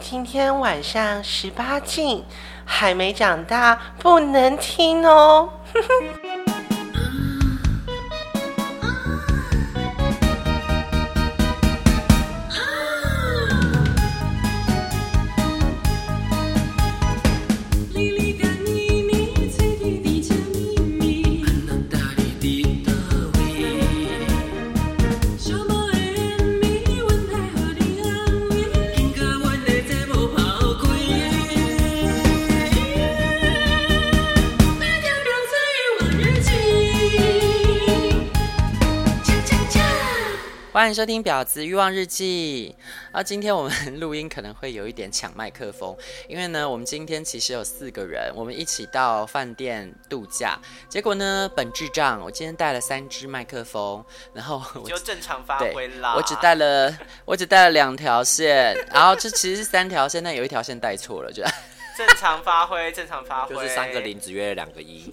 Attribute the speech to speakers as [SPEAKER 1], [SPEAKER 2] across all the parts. [SPEAKER 1] 今天晚上十八禁，还没长大不能听哦。
[SPEAKER 2] 哩哩个咪咪，脆滴滴叫咪咪，小猫的暗暝，阮来互你安慰。那条龙在往日记，恰恰恰。
[SPEAKER 3] 欢迎收听《婊子欲望日记》啊！今天我们录音可能会有一点抢麦克风，因为呢，我们今天其实有四个人，我们一起到饭店度假。结果呢，本智障，我今天带了三支麦克风，然后我
[SPEAKER 4] 你就正常发
[SPEAKER 3] 对
[SPEAKER 4] 挥啦。
[SPEAKER 3] 我只带了我只带了两条线，然后这其实是三条线，但有一条线带错了，就
[SPEAKER 4] 正常发挥，正 常发挥，
[SPEAKER 5] 就是三个零只约了两个一，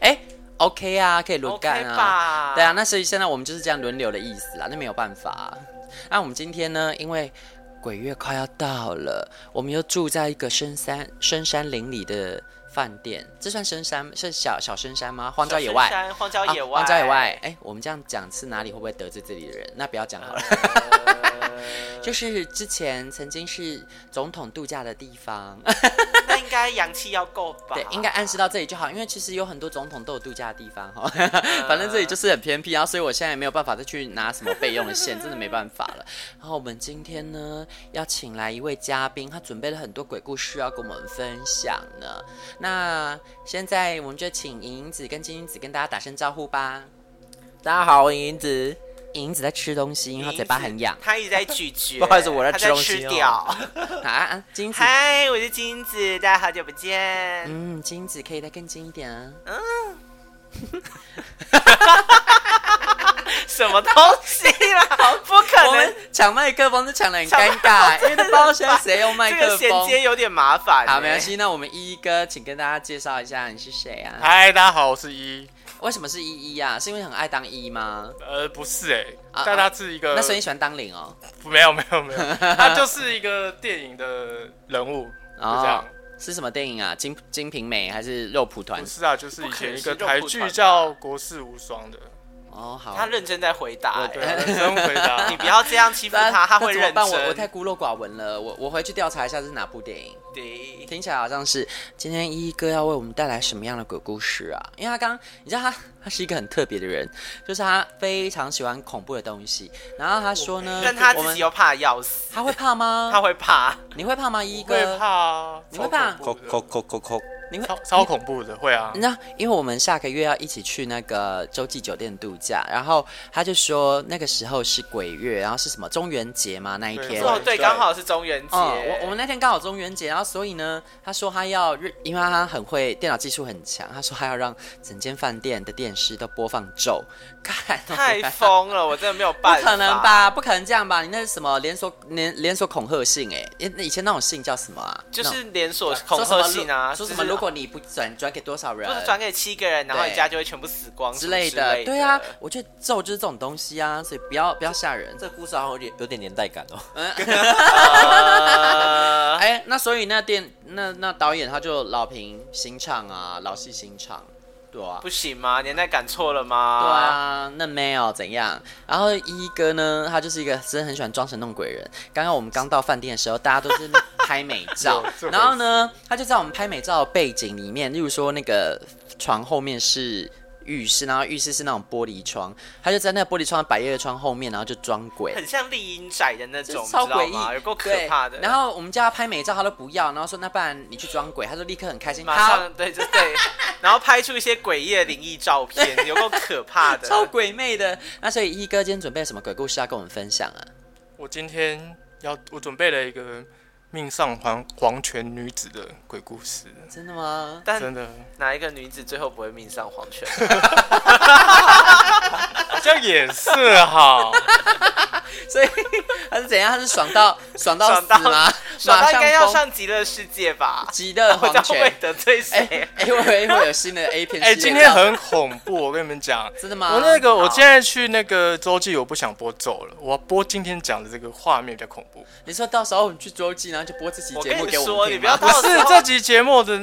[SPEAKER 3] 哎 OK 啊，可以轮
[SPEAKER 4] OK
[SPEAKER 3] 干啊。
[SPEAKER 4] 吧？
[SPEAKER 3] 对啊，，那所以现在我们就是这样轮流的意思啦，那没有办法、那我们今天呢，因为鬼月快要到了，我们又住在一个深山深山林里的饭店，这算深山是小小深山吗？荒郊野外。，
[SPEAKER 4] 荒郊野
[SPEAKER 3] 啊
[SPEAKER 4] 外，
[SPEAKER 3] 荒郊野外，哎、我们这样讲是哪里会不会得罪这里的人？那不要讲好了。就是之前曾经是总统度假的地方，
[SPEAKER 4] 那应该阳气要够吧？
[SPEAKER 3] 对，应该暗示到这里就好，因为其实有很多总统都有度假的地方哈，
[SPEAKER 4] 嗯
[SPEAKER 3] 反正这里就是很偏僻，然后所以我现在也没有办法再去拿什么备用的线，真的没办法了。然后我们今天呢，要请来一位嘉宾，他准备了很多鬼故事要跟我们分享呢。那现在我们就请银子跟金银子跟大家打声招呼吧。
[SPEAKER 5] 大家好，我银子，
[SPEAKER 3] 银子在吃东西，因为他
[SPEAKER 4] 银子
[SPEAKER 3] 嘴巴很痒
[SPEAKER 4] 他一直在 咀嚼。
[SPEAKER 5] 不好意思我在
[SPEAKER 4] 他
[SPEAKER 5] 吃
[SPEAKER 4] 在
[SPEAKER 5] 东西
[SPEAKER 4] 吃
[SPEAKER 5] 哦
[SPEAKER 4] 掉。
[SPEAKER 3] 啊啊！金子，
[SPEAKER 4] 嗨，我是金子，大家好久不见。
[SPEAKER 3] 嗯，金子可以再更近一点啊。
[SPEAKER 4] 嗯什么东西 啦？不可
[SPEAKER 3] 我们
[SPEAKER 4] 能，
[SPEAKER 3] 抢麦克风都抢的很
[SPEAKER 4] 抢
[SPEAKER 3] 尴 尬，因为都不知道现在谁用麦
[SPEAKER 4] 这个
[SPEAKER 3] 克
[SPEAKER 4] 衔
[SPEAKER 3] 风。
[SPEAKER 4] 接有点麻烦。欸
[SPEAKER 3] 好，没关。系。那我们一一哥，请跟大家介绍一下你是谁啊？
[SPEAKER 6] 嗨，大家好，我是一。
[SPEAKER 3] 为什么是一一啊？是因为很爱当一吗？
[SPEAKER 6] 呃，不是哎、
[SPEAKER 3] 啊
[SPEAKER 6] 但他是一
[SPEAKER 4] 呃
[SPEAKER 6] 个，
[SPEAKER 3] 那所以你喜欢当零哦？
[SPEAKER 6] 没有没有没有， 他就是一个电影的人物，就
[SPEAKER 3] 哦
[SPEAKER 6] 这样。
[SPEAKER 3] 是什么电影啊？金金瓶梅还是肉蒲团
[SPEAKER 6] 不？是啊，就是以前一个
[SPEAKER 4] 不可能是肉
[SPEAKER 6] 台
[SPEAKER 4] 蒲
[SPEAKER 6] 剧
[SPEAKER 4] 团
[SPEAKER 6] 叫《国士无双》的，
[SPEAKER 3] 哦，好。
[SPEAKER 4] 他认真在回
[SPEAKER 3] 啊
[SPEAKER 4] 答。
[SPEAKER 6] 对，
[SPEAKER 4] 哎
[SPEAKER 6] 认真回 答
[SPEAKER 4] 你。不要这样欺负
[SPEAKER 3] 那
[SPEAKER 4] 他，他会
[SPEAKER 3] 那怎
[SPEAKER 4] 认
[SPEAKER 3] 么办？我我
[SPEAKER 4] 真
[SPEAKER 3] 太。孤陋寡闻了，我我回去调查一下这是哪部电影。
[SPEAKER 4] 对
[SPEAKER 3] 听起来好像是今天一一哥要为我们带来什么样的鬼故事啊？因为他刚，你知道他他是一个很特别的人，就是他非常喜欢恐怖的东西。然后他说呢，
[SPEAKER 4] 但他
[SPEAKER 3] 我
[SPEAKER 4] 自
[SPEAKER 3] 们
[SPEAKER 4] 己又怕得要死，
[SPEAKER 3] 他会怕吗？
[SPEAKER 4] 他会怕。
[SPEAKER 3] 你会怕吗？一一哥
[SPEAKER 6] 会怕啊，
[SPEAKER 3] 你会怕
[SPEAKER 6] 超恐
[SPEAKER 5] 扣
[SPEAKER 6] 怖
[SPEAKER 5] 扣扣扣扣，
[SPEAKER 3] 你
[SPEAKER 6] 的
[SPEAKER 3] 会
[SPEAKER 6] 超超恐怖的，会 啊
[SPEAKER 3] 你。知道，因为我们下个月要一起去那个洲际酒店度假，然后他就说那个时候是鬼月，然后是什么中元节嘛那一
[SPEAKER 6] 对
[SPEAKER 3] 天。嗯，
[SPEAKER 4] 哦，
[SPEAKER 6] 做
[SPEAKER 4] 对，
[SPEAKER 6] 对
[SPEAKER 4] 刚好是中元节。
[SPEAKER 3] 哦我我们那天刚好中元节，然后所以呢，他说他要日，因为他很会电脑技术很强，他说他要让整间饭店的电视都播放咒， 看
[SPEAKER 4] 太疯了，我真的没有
[SPEAKER 3] 不
[SPEAKER 4] 办法。
[SPEAKER 3] 可能？吧？不可能这样吧？你那是什么连锁连连锁恐吓信、欸？哎，以前那种信叫什么啊？
[SPEAKER 4] 就
[SPEAKER 3] 那种
[SPEAKER 4] 是连锁恐吓信啊，
[SPEAKER 3] 说什
[SPEAKER 4] 就
[SPEAKER 3] 么
[SPEAKER 4] 是
[SPEAKER 3] 如果你不转转给多少人，
[SPEAKER 4] 不是转给七个人，然后
[SPEAKER 3] 对
[SPEAKER 4] 一家就会全部死光
[SPEAKER 3] 之
[SPEAKER 4] 什么
[SPEAKER 3] 类
[SPEAKER 4] 类
[SPEAKER 3] 的，对啊，我觉得咒就是这种东西啊，所以不要不要吓人。
[SPEAKER 5] 这故事好像有点有点年代感哦。
[SPEAKER 4] 呃
[SPEAKER 3] 哎、那所以那电那那导演他就老评新唱啊，老戏新唱，对啊，
[SPEAKER 4] 不行吗？年代感错了
[SPEAKER 3] 对
[SPEAKER 4] 吗？
[SPEAKER 3] 啊，那没有怎样。然后一哥呢，他就是一个真的很喜欢装神弄鬼人。刚刚我们刚到饭店的时候，大家都是拍美照
[SPEAKER 6] 有这，回
[SPEAKER 3] 然后呢，他就在我们拍美照的背景里面，例如说那个床后面是。浴室，然后浴室是那种玻璃窗，他就在那个玻璃窗、百叶窗后面，然后就装鬼，
[SPEAKER 4] 很像丽英仔的那
[SPEAKER 3] 就
[SPEAKER 4] 种，
[SPEAKER 3] 是超
[SPEAKER 4] 你知道
[SPEAKER 3] 诡
[SPEAKER 4] 吗？
[SPEAKER 3] 异，
[SPEAKER 4] 有够可
[SPEAKER 3] 对
[SPEAKER 4] 怕的。
[SPEAKER 3] 然后我们叫他拍美照，他都不要，然后说那不然你去装鬼，他就立刻很开心，
[SPEAKER 4] 马
[SPEAKER 3] 好，
[SPEAKER 4] 上对，就对， 然后拍出一些诡异的灵异照片，有够可怕的。
[SPEAKER 3] 超鬼魅的。那所以一哥今天准备了什么鬼故事要跟我们分享啊？
[SPEAKER 6] 我今天要我准备了一个命丧黄黄泉女子的鬼故事，
[SPEAKER 3] 真的吗？
[SPEAKER 4] 但
[SPEAKER 6] 真的。
[SPEAKER 4] 哪一个女子最后不会命丧黄泉？
[SPEAKER 6] 这样也是啊好，
[SPEAKER 3] 所以他是怎样？他是爽 到爽到
[SPEAKER 4] 爽到
[SPEAKER 3] 死吗？
[SPEAKER 4] 爽到应该
[SPEAKER 3] 马
[SPEAKER 4] 要上极乐世界吧？
[SPEAKER 3] 极乐
[SPEAKER 4] 我
[SPEAKER 3] 黄
[SPEAKER 4] 知道会
[SPEAKER 3] 泉。
[SPEAKER 4] 得罪
[SPEAKER 3] 哎
[SPEAKER 4] 谁？
[SPEAKER 3] 哎，会不会会有新的 A 片系列？
[SPEAKER 6] 哎、今天很恐怖，我跟你们讲。
[SPEAKER 3] 真的吗？
[SPEAKER 6] 我那个，我
[SPEAKER 4] 好
[SPEAKER 6] 现在去那个周记，我不想播咒了，我要播今天讲的这个画面比较恐怖。
[SPEAKER 3] 你说到时候我们去周记，然后就播这期
[SPEAKER 4] 我
[SPEAKER 3] 节
[SPEAKER 4] 跟
[SPEAKER 3] 目
[SPEAKER 4] 你
[SPEAKER 3] 给我
[SPEAKER 4] 说
[SPEAKER 3] 们
[SPEAKER 4] 你
[SPEAKER 3] 听
[SPEAKER 4] 不要
[SPEAKER 3] 吗
[SPEAKER 4] 到
[SPEAKER 6] 不
[SPEAKER 4] 时
[SPEAKER 6] 是
[SPEAKER 4] 候
[SPEAKER 6] 这集节目的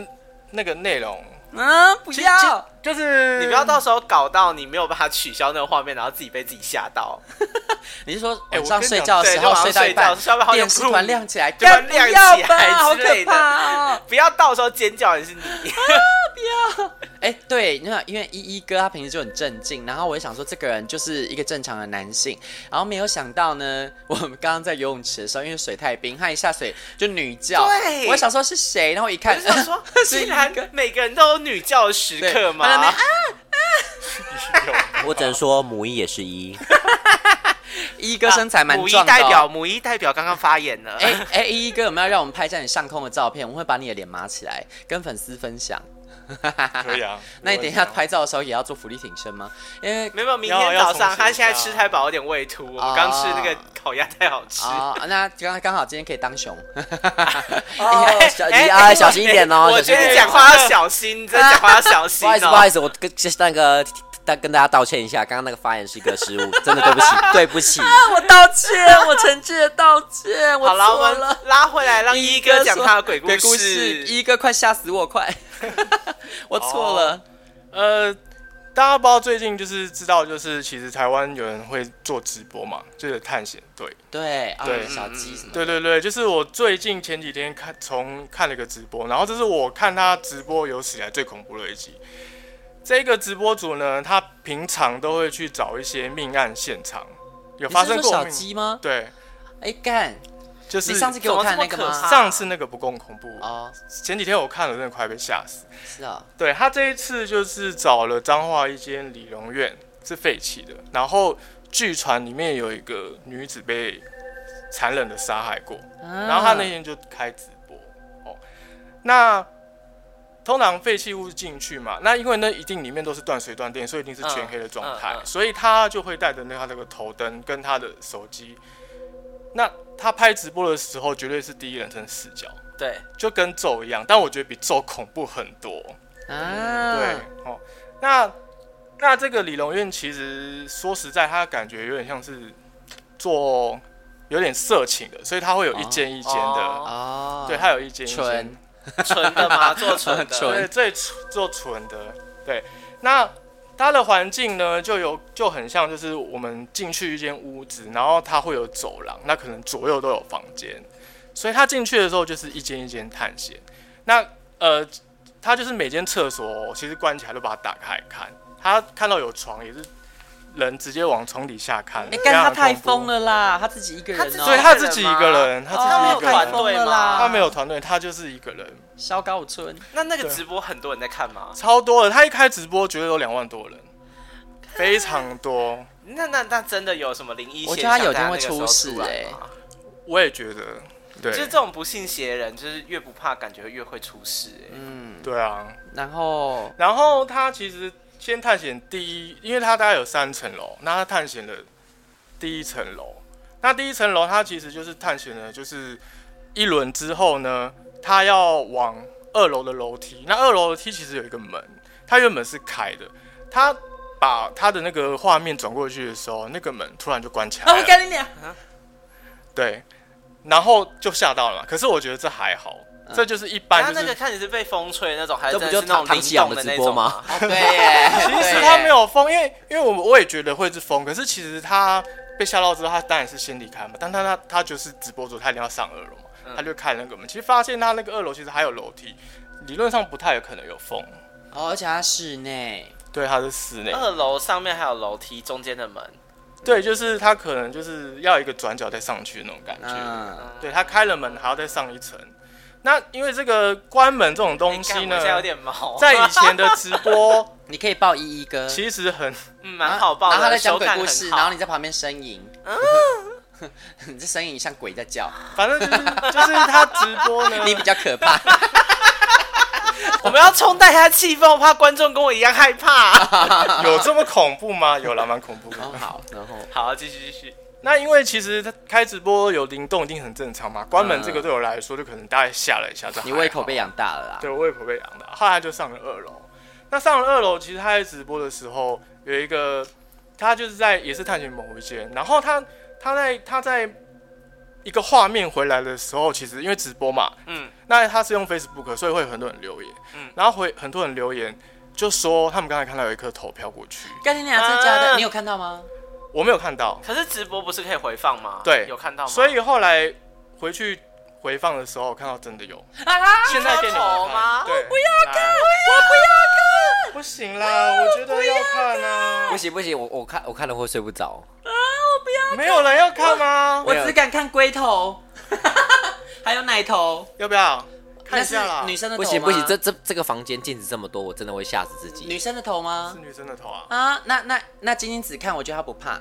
[SPEAKER 6] 那个内容，
[SPEAKER 3] 嗯，不要。
[SPEAKER 6] 就是
[SPEAKER 4] 你不要到时候搞到你没有办法取消那个画面，然后自己被自己吓到。
[SPEAKER 3] 你是说晚
[SPEAKER 6] 哎我
[SPEAKER 3] 上
[SPEAKER 6] 跟你
[SPEAKER 3] 睡
[SPEAKER 6] 讲
[SPEAKER 3] 觉的
[SPEAKER 4] 对
[SPEAKER 3] 时
[SPEAKER 4] 就
[SPEAKER 3] 候
[SPEAKER 4] 晚
[SPEAKER 3] 到
[SPEAKER 4] 上
[SPEAKER 3] 一
[SPEAKER 4] 睡觉
[SPEAKER 3] 半
[SPEAKER 4] 的时候，然后就
[SPEAKER 3] 电视突然
[SPEAKER 4] 砰
[SPEAKER 3] 亮起来，
[SPEAKER 4] 突
[SPEAKER 3] 干
[SPEAKER 4] 然亮
[SPEAKER 3] 不要
[SPEAKER 4] 起来
[SPEAKER 3] 吧好
[SPEAKER 4] 之
[SPEAKER 3] 可
[SPEAKER 4] 类的
[SPEAKER 3] 怕哦！
[SPEAKER 4] 不要到时候尖叫也是你。
[SPEAKER 3] 哎、对，你看，因为依依哥他平时就很镇静，然后我也想说，这个人就是一个正常的男性，然后没有想到呢，我们刚刚在游泳池的时候，因为水太冰，他一下水就女叫，
[SPEAKER 4] 对
[SPEAKER 3] 我想说是谁，然后一
[SPEAKER 4] 我
[SPEAKER 3] 看，，
[SPEAKER 4] 就想 说竟然每个人都有女教的 时
[SPEAKER 3] 对
[SPEAKER 4] 刻
[SPEAKER 3] 他在那
[SPEAKER 4] 吗
[SPEAKER 3] 边？
[SPEAKER 5] 我只能说母一也是一，
[SPEAKER 3] 依依哥身材蛮
[SPEAKER 4] 啊母一
[SPEAKER 3] 壮的、
[SPEAKER 4] 代表
[SPEAKER 3] 哦。
[SPEAKER 4] 母一代表刚刚发言了，
[SPEAKER 3] 哎哎、依依哥有没有让我们拍一下你上空的照片？我们会把你的脸码起来，跟粉丝分享。
[SPEAKER 6] 可以啊。
[SPEAKER 3] 那你等一下拍照的时候也要做浮力挺身吗？因为
[SPEAKER 4] 没有，明
[SPEAKER 6] 要
[SPEAKER 4] 天
[SPEAKER 6] 要
[SPEAKER 4] 早
[SPEAKER 6] 重
[SPEAKER 4] 上
[SPEAKER 6] 新
[SPEAKER 4] 他现在
[SPEAKER 6] 加
[SPEAKER 4] 吃太饱，有点胃突。我
[SPEAKER 3] 哦
[SPEAKER 4] 们刚吃那个烤鸭太好吃。
[SPEAKER 3] 哦，那刚刚好今天可以当 熊。
[SPEAKER 5] 哦，小
[SPEAKER 4] 哎
[SPEAKER 5] 你啊，
[SPEAKER 4] 哎
[SPEAKER 5] 小心一点哦，
[SPEAKER 4] 我
[SPEAKER 5] 小心
[SPEAKER 4] 觉
[SPEAKER 5] 一
[SPEAKER 4] 得
[SPEAKER 5] 点
[SPEAKER 4] 你讲话要小心，你哦真的讲话要小
[SPEAKER 5] 不
[SPEAKER 4] 心
[SPEAKER 5] 好意思，不好
[SPEAKER 4] 哦。
[SPEAKER 5] 意思，我跟那个跟跟大家道歉一下，刚刚那个发言是一个失误，真的对不 起，对不起。
[SPEAKER 3] 啊我道歉，我诚挚的道歉，我
[SPEAKER 4] 好了，
[SPEAKER 3] 错
[SPEAKER 4] 我们
[SPEAKER 3] 了。
[SPEAKER 4] 拉回来，让一哥讲他的鬼故
[SPEAKER 3] 鬼故事，
[SPEAKER 4] 事。
[SPEAKER 3] 一哥快吓死我， 快！我错
[SPEAKER 5] 哦
[SPEAKER 3] 了，
[SPEAKER 6] 呃，大家不知道最近就是知道，就是其实台湾有人会做直播嘛，就是探险队。
[SPEAKER 3] 对啊
[SPEAKER 6] 对，嗯
[SPEAKER 3] 小鸡什么？
[SPEAKER 6] 对对对，就是我最近前几天看从看了一个直播，然后这是我看他直播有史以来最恐怖的一集。这个直播主呢，他平常都会去找一些命案现场，有
[SPEAKER 3] 你
[SPEAKER 6] 嗯发
[SPEAKER 3] 是
[SPEAKER 6] 生
[SPEAKER 3] 说
[SPEAKER 6] 过
[SPEAKER 3] 小
[SPEAKER 6] 命
[SPEAKER 3] 鸡吗？
[SPEAKER 6] 对，
[SPEAKER 3] 哎干，
[SPEAKER 6] 就是
[SPEAKER 3] 你上次给我看那个
[SPEAKER 4] 怎么这么可
[SPEAKER 3] 吗？
[SPEAKER 4] 怕
[SPEAKER 6] 上次那个不够恐怖，
[SPEAKER 3] 哦，
[SPEAKER 6] 前几天我看了，真的快被吓死。
[SPEAKER 3] 是
[SPEAKER 5] 哦
[SPEAKER 3] 啊，
[SPEAKER 6] 对他这一次就是找了彰化一间理容院是废弃的，然后据传里面有一个女子被残忍的杀害过，然
[SPEAKER 3] 然
[SPEAKER 4] 嗯
[SPEAKER 6] 后他那天就开直播哦。那通常废弃物进去嘛，那因为那一定里面都是断水断电，所以一定是全黑的状态，
[SPEAKER 4] 嗯嗯嗯
[SPEAKER 6] 所以他就会带着那他那个头灯跟他的手机。那他拍直播的时候，绝对是第一人称视角，
[SPEAKER 4] 对，
[SPEAKER 6] 就跟咒一样，但我觉得比咒恐怖很多。
[SPEAKER 4] 嗯
[SPEAKER 3] 啊，
[SPEAKER 6] 对，哦，那那这个李龙院其实说实在，他感觉有点像是做有点色情的，所以他会有一间一间的，
[SPEAKER 3] 哦，
[SPEAKER 4] 哦
[SPEAKER 6] 对，他有一间一间
[SPEAKER 3] 纯，
[SPEAKER 4] 纯的嘛，做纯
[SPEAKER 3] 纯
[SPEAKER 4] 的。
[SPEAKER 6] 对，最做纯的，对，那。它的环境呢，就有就很像，就是我们进去一间屋子，然后它会有走廊，那可能左右都有房间，所以他进去的时候就是一间一间探险。那呃，他就是每间厕所其实关起来都把它打开看，他看到有床也是人直接往床底下看，
[SPEAKER 3] 哎干，他太疯
[SPEAKER 6] 疯，
[SPEAKER 3] 了啦，他自己一个人
[SPEAKER 6] 所以
[SPEAKER 3] 哦，
[SPEAKER 6] 他自己一个人，他自
[SPEAKER 3] 哦
[SPEAKER 6] 己一
[SPEAKER 4] 他
[SPEAKER 6] 个
[SPEAKER 3] 他自
[SPEAKER 4] 没有团队
[SPEAKER 6] 人，
[SPEAKER 3] 己一个人
[SPEAKER 4] 吗？
[SPEAKER 6] 他没有团队，他就是一个人，
[SPEAKER 3] 萧高村，
[SPEAKER 4] 那那个直播很多人在看吗？
[SPEAKER 6] 超多了。他一开直播绝对有两万多人，非常多。
[SPEAKER 4] 那那那真的有什么灵异
[SPEAKER 3] 我
[SPEAKER 4] 现
[SPEAKER 3] 觉得
[SPEAKER 4] 象？
[SPEAKER 3] 他有一
[SPEAKER 4] 大家
[SPEAKER 3] 天会
[SPEAKER 4] 那个时候
[SPEAKER 3] 出事
[SPEAKER 4] 出来
[SPEAKER 3] 哎
[SPEAKER 4] 吗
[SPEAKER 6] 我也觉得，对
[SPEAKER 4] 就，是这种不信邪的人，就是越不怕，感觉越会出事哎。
[SPEAKER 3] 嗯，
[SPEAKER 6] 对啊。
[SPEAKER 3] 然后
[SPEAKER 6] 然后他其实先探险第一，因为他大概有三层楼，那他探险了第一层楼。那第一层楼他其实就是探险了，就是一轮之后呢，他要往二楼的楼梯。那二楼的楼梯其实有一个门，它原本是开的，他把他的那个画面转过去的时候，那个门突然就关起来
[SPEAKER 3] 啊，
[SPEAKER 6] 了。
[SPEAKER 4] 哦
[SPEAKER 3] 我跟你讲，
[SPEAKER 6] 对，然后就吓到了嘛。可是我觉得这还好，这就是一般、
[SPEAKER 4] 他
[SPEAKER 6] 就是
[SPEAKER 4] 那个看你是被风吹的那种，还是
[SPEAKER 5] 这
[SPEAKER 4] 真
[SPEAKER 5] 不
[SPEAKER 4] 的
[SPEAKER 5] 就是
[SPEAKER 4] 那种
[SPEAKER 5] 唐
[SPEAKER 4] 灵
[SPEAKER 5] 启阳
[SPEAKER 4] 动
[SPEAKER 5] 的
[SPEAKER 4] 那
[SPEAKER 5] 直播
[SPEAKER 4] 种
[SPEAKER 5] 吗
[SPEAKER 4] 啊？
[SPEAKER 3] 哦对耶，
[SPEAKER 6] 其实他没有疯，因为因为我我也觉得会是疯，可是其实他被吓到之后，他当然是先离开嘛。但他他他就是直播主，他一定要上二楼嘛，他就看那个门。其实发现他那个二楼其实还有楼梯，理论上不太有可能有风。
[SPEAKER 3] 哦，而且他室内，
[SPEAKER 6] 对，他是室内。
[SPEAKER 4] 二楼上面还有楼梯，中间的门。
[SPEAKER 6] 对，就是他可能就是要一个转角再上去那种感觉。
[SPEAKER 3] 嗯，
[SPEAKER 6] 对他开了门还要再上一层。那因为这个关门这种东
[SPEAKER 4] 哎
[SPEAKER 6] 西
[SPEAKER 4] 干我
[SPEAKER 6] 呢
[SPEAKER 4] 现，在有点毛，
[SPEAKER 6] 在以前的直播
[SPEAKER 3] 你可以抱依依哥，
[SPEAKER 6] 其实很
[SPEAKER 4] 嗯蛮好报的，
[SPEAKER 3] 然后他在讲
[SPEAKER 4] 手
[SPEAKER 3] 鬼
[SPEAKER 4] 感
[SPEAKER 3] 故
[SPEAKER 4] 很
[SPEAKER 3] 事，
[SPEAKER 4] 好
[SPEAKER 3] 然后你在旁边呻吟。你这呻吟像鬼在叫，
[SPEAKER 6] 反正就是就是他直播呢，
[SPEAKER 3] 你比较可怕。
[SPEAKER 4] 我们要冲淡一下气氛，我怕观众跟我一样害怕。
[SPEAKER 6] 有这么恐怖吗？有啦，蛮恐怖的。
[SPEAKER 3] 哦好，然后
[SPEAKER 4] 好，继续继续。
[SPEAKER 6] 那因为其实他开直播有灵动，一定很正常嘛。关门这个对我来说，就可能大概吓了一下。这还好
[SPEAKER 3] 你胃口被养大了啦。
[SPEAKER 6] 对，我胃口被养的。后来就上了二楼。那上了二楼，其实他在直播的时候有一个，他就是在也是探险某一间，然后他他在他在一个画面回来的时候，其实因为直播嘛，
[SPEAKER 4] 嗯，
[SPEAKER 6] 那他是用 Facebook，所以会很多人留言，
[SPEAKER 4] 嗯
[SPEAKER 6] 然后回很多人留言就说他们刚才看到有一颗头飘过去，
[SPEAKER 3] 干你娘，真的假的？
[SPEAKER 4] 啊
[SPEAKER 3] 你有看到吗？
[SPEAKER 6] 我没有看到，
[SPEAKER 4] 可是直播不是可以回放吗？
[SPEAKER 6] 对
[SPEAKER 4] 有看到吗？
[SPEAKER 6] 所以后来回去回放的时候看到真的有，
[SPEAKER 3] 啊，
[SPEAKER 6] 现在给你们
[SPEAKER 4] 头
[SPEAKER 6] 看
[SPEAKER 4] 吗
[SPEAKER 6] 对，不要看，我不要看，不行啦，我觉得要看啊
[SPEAKER 5] 不，行不行，我我看我看了会睡不着。
[SPEAKER 6] 没有人要看啊吗？
[SPEAKER 3] 我只敢看龟头， 还有奶头，
[SPEAKER 6] 要不要 看
[SPEAKER 3] 那
[SPEAKER 6] 一
[SPEAKER 3] 是
[SPEAKER 6] 下啦？
[SPEAKER 3] 女生的头
[SPEAKER 5] 不
[SPEAKER 3] 吗
[SPEAKER 5] 行不行，这这这个房间镜子这么多，我真的会吓死自己。
[SPEAKER 3] 女生的头吗
[SPEAKER 6] 是？女生的头啊，
[SPEAKER 3] 啊，那那那晶晶子看，我觉得她不怕，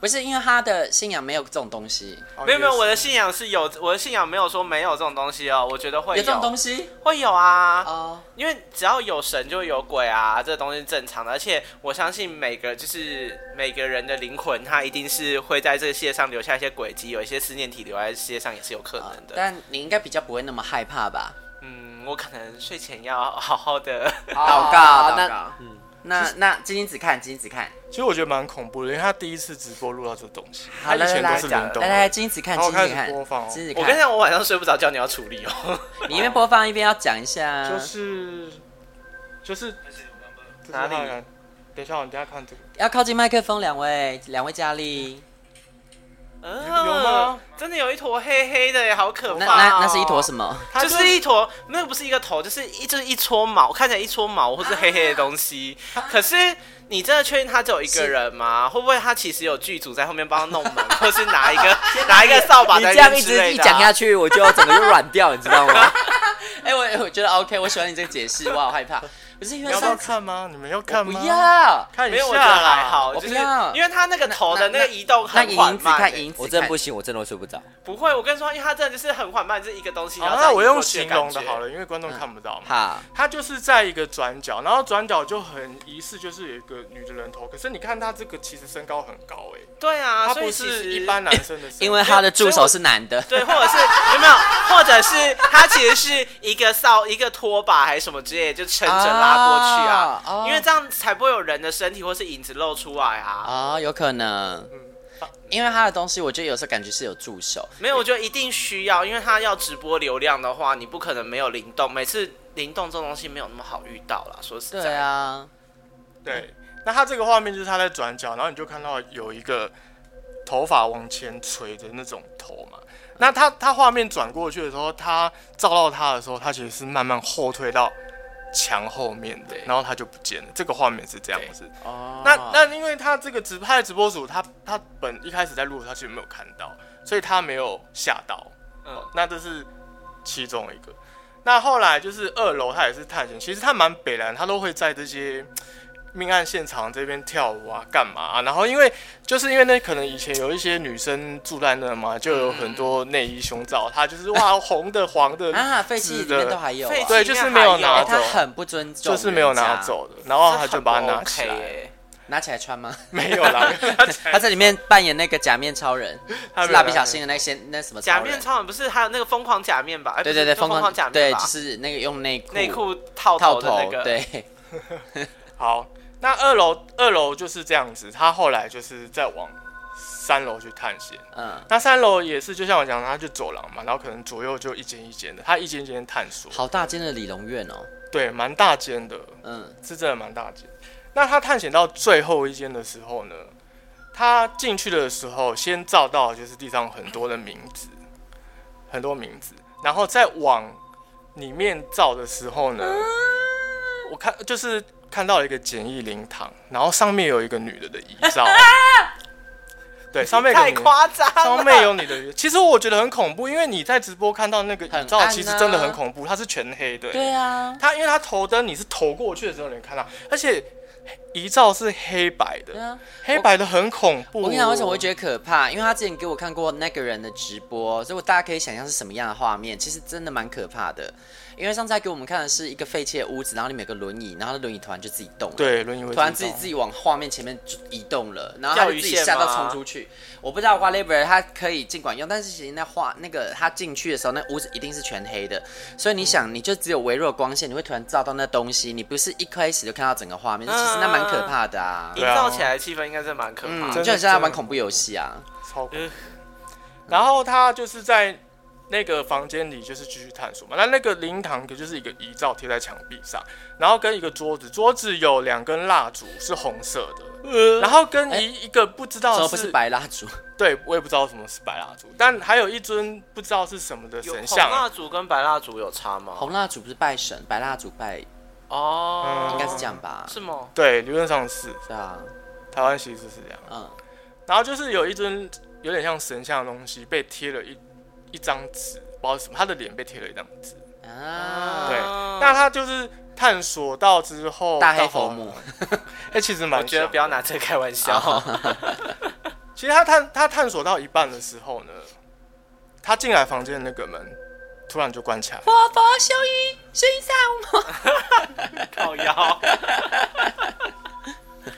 [SPEAKER 3] 不是因为她的信仰没有这种东西，
[SPEAKER 6] 哦
[SPEAKER 4] 没有没有，我的
[SPEAKER 6] 也是
[SPEAKER 4] 信仰是有，我的信仰没有说没有这种东西哦，我觉得会
[SPEAKER 3] 有这种东
[SPEAKER 4] 西
[SPEAKER 3] 西
[SPEAKER 4] 会有啊，
[SPEAKER 3] 哦。
[SPEAKER 4] 因为只要有神就会有鬼啊，这东西是正常的，而且我相信每个就是每个人的灵魂，它一定是会在这个世界上留下一些轨迹，有一些思念体留在世界上也是有可
[SPEAKER 3] 啊
[SPEAKER 4] 能的。
[SPEAKER 3] 但你应该比较不会那么害怕吧？
[SPEAKER 4] 嗯，我可能睡前要好好的，
[SPEAKER 6] 啊
[SPEAKER 3] 祷告，
[SPEAKER 5] 那
[SPEAKER 3] 祷告。
[SPEAKER 6] 嗯
[SPEAKER 3] 那那晶晶子看，晶晶子看。
[SPEAKER 6] 其实我觉得蛮恐怖的，因为他第一次直播录到这东西，
[SPEAKER 3] 好
[SPEAKER 6] 他
[SPEAKER 3] 了
[SPEAKER 6] 以前
[SPEAKER 3] 来
[SPEAKER 6] 都是灵动
[SPEAKER 3] 来来，
[SPEAKER 6] 的。
[SPEAKER 3] 晶晶子看，
[SPEAKER 6] 好
[SPEAKER 3] 晶晶子
[SPEAKER 6] 开始
[SPEAKER 3] 看，
[SPEAKER 6] 播放哦
[SPEAKER 3] 晶晶子
[SPEAKER 4] 我跟
[SPEAKER 3] 看。
[SPEAKER 4] 你讲，我晚上睡不着觉，你要处 理哦。
[SPEAKER 3] 你一边播放一边要讲一下，
[SPEAKER 6] 就是就是这是
[SPEAKER 4] 哪里
[SPEAKER 6] 那个？等一下，我们等一下看这个。
[SPEAKER 3] 要靠近麦克风，两位，两位佳丽。
[SPEAKER 4] 嗯
[SPEAKER 6] 有吗？
[SPEAKER 4] 真的有一坨黑黑的耶，好可
[SPEAKER 3] 那
[SPEAKER 4] 怕、哦！
[SPEAKER 3] 那那是一坨什 么？
[SPEAKER 6] 它
[SPEAKER 4] 就
[SPEAKER 6] 就是
[SPEAKER 4] 一坨，那个不是一个头，就是一就是一撮毛，看起来一撮毛或是黑黑的东西。可是你真的确定他只有一个人吗？会不会他其实有剧组在后面帮他弄门，或是拿一个拿一个扫把
[SPEAKER 5] 你
[SPEAKER 4] 在
[SPEAKER 5] 这
[SPEAKER 4] 那
[SPEAKER 5] 样
[SPEAKER 4] 边
[SPEAKER 5] 一
[SPEAKER 4] 之类的啊、
[SPEAKER 5] 直一讲下去，我就整个就软掉，你知道吗？
[SPEAKER 3] 哎、我我觉得 OK，我喜欢你这个解释，我好害怕。不是因
[SPEAKER 6] 你
[SPEAKER 3] 为
[SPEAKER 6] 要不要
[SPEAKER 3] 上次
[SPEAKER 6] 看吗？你们要
[SPEAKER 3] 我
[SPEAKER 6] 看
[SPEAKER 3] 不
[SPEAKER 6] 吗？
[SPEAKER 3] 要，
[SPEAKER 6] 看一
[SPEAKER 4] 没
[SPEAKER 6] 下
[SPEAKER 4] 有，我觉得还
[SPEAKER 6] 啦。
[SPEAKER 4] 好，
[SPEAKER 3] 我
[SPEAKER 4] 就
[SPEAKER 3] 不
[SPEAKER 4] 是
[SPEAKER 3] 要
[SPEAKER 4] 因为他那个头的
[SPEAKER 3] 那
[SPEAKER 4] 那
[SPEAKER 3] 那
[SPEAKER 4] 个移动
[SPEAKER 3] 那
[SPEAKER 4] 很缓
[SPEAKER 3] 银子
[SPEAKER 4] 慢欸
[SPEAKER 3] 看
[SPEAKER 4] 耶。
[SPEAKER 3] 银子看，
[SPEAKER 5] 我真的不行，我真的会睡不着。
[SPEAKER 4] 不会，我跟你说，因为他真的就是很缓慢，就是一个东西。
[SPEAKER 6] 好，
[SPEAKER 4] 然后
[SPEAKER 6] 哦那
[SPEAKER 4] 再
[SPEAKER 6] 我
[SPEAKER 4] 移过
[SPEAKER 6] 用
[SPEAKER 4] 去
[SPEAKER 6] 形容的
[SPEAKER 4] 感觉
[SPEAKER 6] 好。了，因为观众看不到嘛。
[SPEAKER 5] 好，
[SPEAKER 6] 它就是在一个转角，然后转角就很疑似，就是有一个女的人头。可是你看她这个其实身高很高哎、
[SPEAKER 4] 对啊，
[SPEAKER 6] 她
[SPEAKER 4] 所
[SPEAKER 6] 不
[SPEAKER 4] 以其
[SPEAKER 6] 是
[SPEAKER 4] 实
[SPEAKER 6] 一般男生的身高。
[SPEAKER 3] 因为他的助手是男的。
[SPEAKER 4] 对，或者是有没有，或者是他其实是一个扫一个拖把还是什么之类的，就撑着拉过去啊，
[SPEAKER 3] 啊哦
[SPEAKER 4] 因为这样才不会有人的身体或是影子露出来啊。
[SPEAKER 3] 啊、有可能，因为他的东西，我觉得有时候感觉是有助手。
[SPEAKER 4] 没有，我觉得一定需要，因为他要直播流量的话，你不可能没有灵动，每次灵动这种东西没有那么好遇到啦，说实
[SPEAKER 3] 对
[SPEAKER 4] 在。
[SPEAKER 3] 啊，
[SPEAKER 6] 对，那他这个画面就是他在转角，然后你就看到有一个头发往前垂的那种头嘛。那他他画面转过去的时候，他照到他的时候，他其实是慢慢后退到墙后面的
[SPEAKER 4] 对，
[SPEAKER 6] 然后他就不见了。这个画面是这样子。
[SPEAKER 3] 哦
[SPEAKER 6] 那那因为他这个直拍直播主，他他本一开始在录，他其实没有看到，所以他没有吓到。
[SPEAKER 4] 嗯
[SPEAKER 6] 哦那这是其中一个。那后来就是二楼，他也是探险，其实他蛮北蓝，他都会在这些嘖命案现场这边跳舞啊，干嘛啊、然后因为就是因为那可能以前有一些女生住在那嘛，就有很多内衣胸罩，他就是哇红的黄的，
[SPEAKER 3] 嗯啊，废弃里面都还有、啊，哎
[SPEAKER 4] 废弃
[SPEAKER 6] 对，就是没有拿
[SPEAKER 4] 里面还有
[SPEAKER 6] 走
[SPEAKER 3] 他，很不尊重，
[SPEAKER 6] 就是没有拿，走的，然后他就把它拿
[SPEAKER 4] 这
[SPEAKER 6] 起
[SPEAKER 4] 很不 OK
[SPEAKER 6] 来，
[SPEAKER 4] 耶
[SPEAKER 3] 拿起来穿吗？
[SPEAKER 6] 没有啦，
[SPEAKER 3] 他在里面扮演那个假面超人，
[SPEAKER 6] 他
[SPEAKER 3] 是
[SPEAKER 6] 没有
[SPEAKER 3] 蜡
[SPEAKER 6] 拿
[SPEAKER 3] 笔小新的那些那什么
[SPEAKER 4] 假
[SPEAKER 3] 人
[SPEAKER 4] 面超人不是还有那个疯狂假面吧？哎
[SPEAKER 3] 对
[SPEAKER 4] 不是
[SPEAKER 3] 对对，
[SPEAKER 4] 就疯狂假面
[SPEAKER 3] 对，
[SPEAKER 4] 吧
[SPEAKER 3] 就是那个用内裤
[SPEAKER 4] 内裤套
[SPEAKER 3] 套
[SPEAKER 4] 头的
[SPEAKER 3] 头，
[SPEAKER 4] 那个，，
[SPEAKER 3] 对，
[SPEAKER 6] 好，那二楼二楼就是这样子，他后来就是再往三楼去探险。
[SPEAKER 3] 嗯，
[SPEAKER 6] 那三楼也是，就像我讲的，他就走廊嘛，然后可能左右就一间一间的，他一间一间探索，
[SPEAKER 3] 好大间的李龙院哦，
[SPEAKER 6] 对，蛮大间的，
[SPEAKER 3] 嗯，
[SPEAKER 6] 是真的蛮大间。那他探险到最后一间的时候呢，他进去的时候先照到的就是地上很多的名字，很多名字，然后再往里面照的时候呢，我看就是看到了一个简易灵堂，然后上面有一个女的的遗 照，对，上面有一个
[SPEAKER 4] 太
[SPEAKER 6] 女的
[SPEAKER 4] 夸张了。
[SPEAKER 6] 上面有你的，其实我觉得很恐怖，因为你在直播看到那个
[SPEAKER 3] 很
[SPEAKER 6] 遗照，
[SPEAKER 3] 暗
[SPEAKER 6] 其实
[SPEAKER 3] 啊
[SPEAKER 6] 真的很恐怖，它是全黑的。
[SPEAKER 3] 对，啊，
[SPEAKER 6] 它因为它头灯你是投过去的时候你能看到，而且遗照是黑白
[SPEAKER 3] 对
[SPEAKER 6] 的，
[SPEAKER 3] 啊，
[SPEAKER 6] 黑白的很恐怖。
[SPEAKER 3] 我
[SPEAKER 6] 哦
[SPEAKER 3] 跟你讲，为什么我会觉得可怕？因为他之前给我看过那个人的直播，所以我大家可以想象是什么样的画面。其实真的蛮可怕的，因为上次他给我们看的是一个废弃的屋子，然后里面有个轮椅，然后那轮椅突然就自己动了。
[SPEAKER 6] 对轮椅会
[SPEAKER 3] 突然自己自己往画面前面就移动了，然后他
[SPEAKER 4] 钓
[SPEAKER 3] 就
[SPEAKER 4] 鱼
[SPEAKER 3] 自己
[SPEAKER 4] 线
[SPEAKER 3] 吓到
[SPEAKER 4] 吗
[SPEAKER 3] 冲出去。我不知道 whatever 他可以尽管用，但是其实那画那个他进去的时候，那屋子一定是全黑的，所以你想，你就只有微弱的光线，你会突然照到那东西，你不是一开始就看到整个画面，其实那蛮可怕的啊
[SPEAKER 4] 营。
[SPEAKER 6] 对啊
[SPEAKER 4] 造起来的气氛应该是蛮可
[SPEAKER 3] 嗯
[SPEAKER 4] 怕，的。
[SPEAKER 6] 真的
[SPEAKER 3] 就很像在玩恐怖游戏啊。
[SPEAKER 6] 超恐怖
[SPEAKER 4] 呃
[SPEAKER 6] 然后他就是在那个房间里就是继续探索嘛。那那个灵堂可就是一个遗照贴在墙壁上，然后跟一个桌子，桌子有两根蜡烛是红色的，然后跟
[SPEAKER 3] 哎
[SPEAKER 6] 一一个不知
[SPEAKER 3] 怎
[SPEAKER 4] 哦
[SPEAKER 6] 道
[SPEAKER 3] 么不
[SPEAKER 6] 是
[SPEAKER 3] 是白蜡烛？
[SPEAKER 6] 对，我也不知道什么是白蜡烛，但还有一尊不知道是什么的
[SPEAKER 4] 有
[SPEAKER 6] 神
[SPEAKER 4] 红
[SPEAKER 6] 像，啊
[SPEAKER 4] 蜡烛跟白蜡烛有差吗？
[SPEAKER 3] 红蜡烛不是拜神，白蜡烛拜应
[SPEAKER 4] 哦，
[SPEAKER 6] 嗯
[SPEAKER 3] 该是这样吧？
[SPEAKER 4] 是吗？
[SPEAKER 6] 对，理论上是
[SPEAKER 4] 哦
[SPEAKER 3] 对啊，
[SPEAKER 6] 台湾习俗是这样。
[SPEAKER 3] 嗯，
[SPEAKER 6] 然后就是有一尊有点像神像的东西被贴了一一张纸，不知道是什么，他的脸被贴了一张纸。
[SPEAKER 4] 哦
[SPEAKER 3] 啊，
[SPEAKER 6] 对
[SPEAKER 4] 啊
[SPEAKER 6] 那他就是探索到之后，
[SPEAKER 3] 大黑
[SPEAKER 6] 到
[SPEAKER 3] 佛母，
[SPEAKER 6] 哎、其实
[SPEAKER 4] 我
[SPEAKER 6] 蛮
[SPEAKER 4] 觉得
[SPEAKER 6] 像啊
[SPEAKER 4] 不。要拿这个开玩笑。
[SPEAKER 6] 其实他探他探索到一半的时候呢，他进来房间的那个门突然就 关起来了，
[SPEAKER 3] 佛佛修一修一三五。
[SPEAKER 4] 靠腰。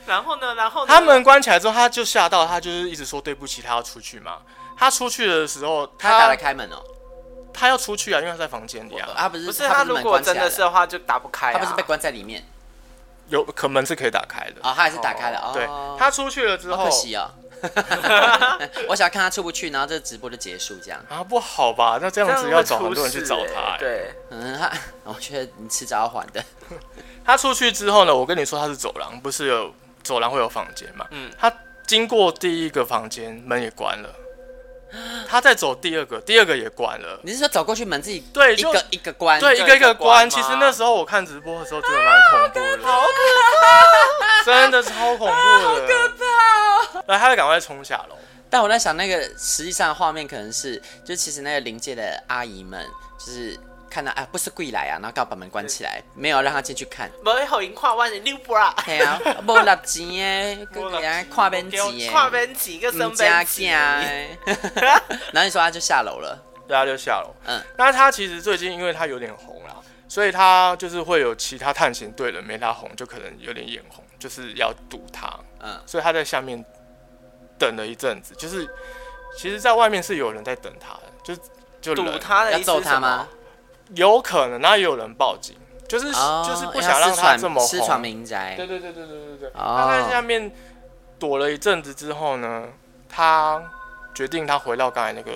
[SPEAKER 4] 然后呢？然后呢
[SPEAKER 6] 他们关起来之后，他就吓到，他就是一直说对不起，他要出去嘛。他出去的时候，
[SPEAKER 3] 他打了开门哦、
[SPEAKER 6] 他要出去啊，因为他在房间里啊，
[SPEAKER 3] 他不是
[SPEAKER 4] 不是
[SPEAKER 3] 他
[SPEAKER 4] 他，
[SPEAKER 3] 不是
[SPEAKER 4] 如
[SPEAKER 3] 门
[SPEAKER 4] 果
[SPEAKER 3] 关起
[SPEAKER 4] 真
[SPEAKER 3] 来
[SPEAKER 4] 的
[SPEAKER 3] 了
[SPEAKER 4] 是的话，就打不开、啊。
[SPEAKER 3] 他不是被关在里面
[SPEAKER 6] 有可门是可以打开的。
[SPEAKER 3] 啊、哦，他还是打开了哦。
[SPEAKER 6] 对他出去了之
[SPEAKER 3] 好
[SPEAKER 6] 后
[SPEAKER 3] 可，惜哦。我想要看他出不去，然后这个直播就结束这样。
[SPEAKER 6] 啊不好吧？那
[SPEAKER 4] 这
[SPEAKER 6] 这样
[SPEAKER 4] 样
[SPEAKER 6] 子
[SPEAKER 4] 会
[SPEAKER 6] 要找
[SPEAKER 4] 出
[SPEAKER 6] 很多人去
[SPEAKER 4] 事
[SPEAKER 6] 找
[SPEAKER 4] 欸
[SPEAKER 6] 他、欸。
[SPEAKER 4] 对，
[SPEAKER 3] 嗯，他我觉得你迟早要还的。
[SPEAKER 6] 他出去之后呢，我跟你说他是走廊，不是有走廊会有房间嘛？
[SPEAKER 4] 嗯
[SPEAKER 6] 他经过第一个房间，门也关了，他再走第二个，第二个也关了。
[SPEAKER 3] 你是说走过去门自己
[SPEAKER 6] 对
[SPEAKER 3] 一
[SPEAKER 6] 就
[SPEAKER 3] 个一个关？
[SPEAKER 6] 对，一个一个
[SPEAKER 4] 关
[SPEAKER 6] 关。
[SPEAKER 4] 吗
[SPEAKER 6] 其实那时候我看直播的时候，真的蛮恐怖的，好可怕， 真的超恐怖的，可怕。然后他就赶快冲下楼，
[SPEAKER 3] 但我在想，那个实际上的画面可能是，就其实那个临界的阿姨们，就是看到啊，不是跪来啊，然后刚好把门关起来，没有让他进去看。
[SPEAKER 4] 门口已经跨万人六波啦，
[SPEAKER 3] 对啊，无立钱耶，
[SPEAKER 6] 没
[SPEAKER 3] 跟
[SPEAKER 6] 六
[SPEAKER 3] 人家跨边
[SPEAKER 4] 给我
[SPEAKER 3] 钱耶，
[SPEAKER 4] 跨边几个
[SPEAKER 3] 唔
[SPEAKER 4] 升
[SPEAKER 3] 加
[SPEAKER 4] 边几。
[SPEAKER 3] 价欸。 然后你说他就下楼了，
[SPEAKER 6] 对，他就下楼。
[SPEAKER 3] 嗯
[SPEAKER 6] 那他其实最近因为他有点红啦，所以他就是会有其他探险队人没他红，就可能有点眼红，就是要堵他。
[SPEAKER 3] 嗯，
[SPEAKER 6] 所以他在下面等了一阵子，就是其实，在外面是有人在等他的，就是就
[SPEAKER 4] 堵
[SPEAKER 6] 人
[SPEAKER 4] 他的
[SPEAKER 3] 要
[SPEAKER 4] 意思
[SPEAKER 3] 揍
[SPEAKER 4] 是
[SPEAKER 3] 他
[SPEAKER 4] 什
[SPEAKER 3] 吗
[SPEAKER 4] 么？？
[SPEAKER 6] 有可能，那也有人报警，就是、
[SPEAKER 3] 哦
[SPEAKER 6] 就是不
[SPEAKER 3] 因为
[SPEAKER 6] 想让
[SPEAKER 3] 私
[SPEAKER 6] 他
[SPEAKER 3] 闯
[SPEAKER 6] 这么
[SPEAKER 3] 私闯
[SPEAKER 6] 红。
[SPEAKER 3] 民宅
[SPEAKER 6] 对。对对对对对对。
[SPEAKER 3] 哦
[SPEAKER 6] 他在下面躲了一阵子之后呢，他决定他回到刚才那个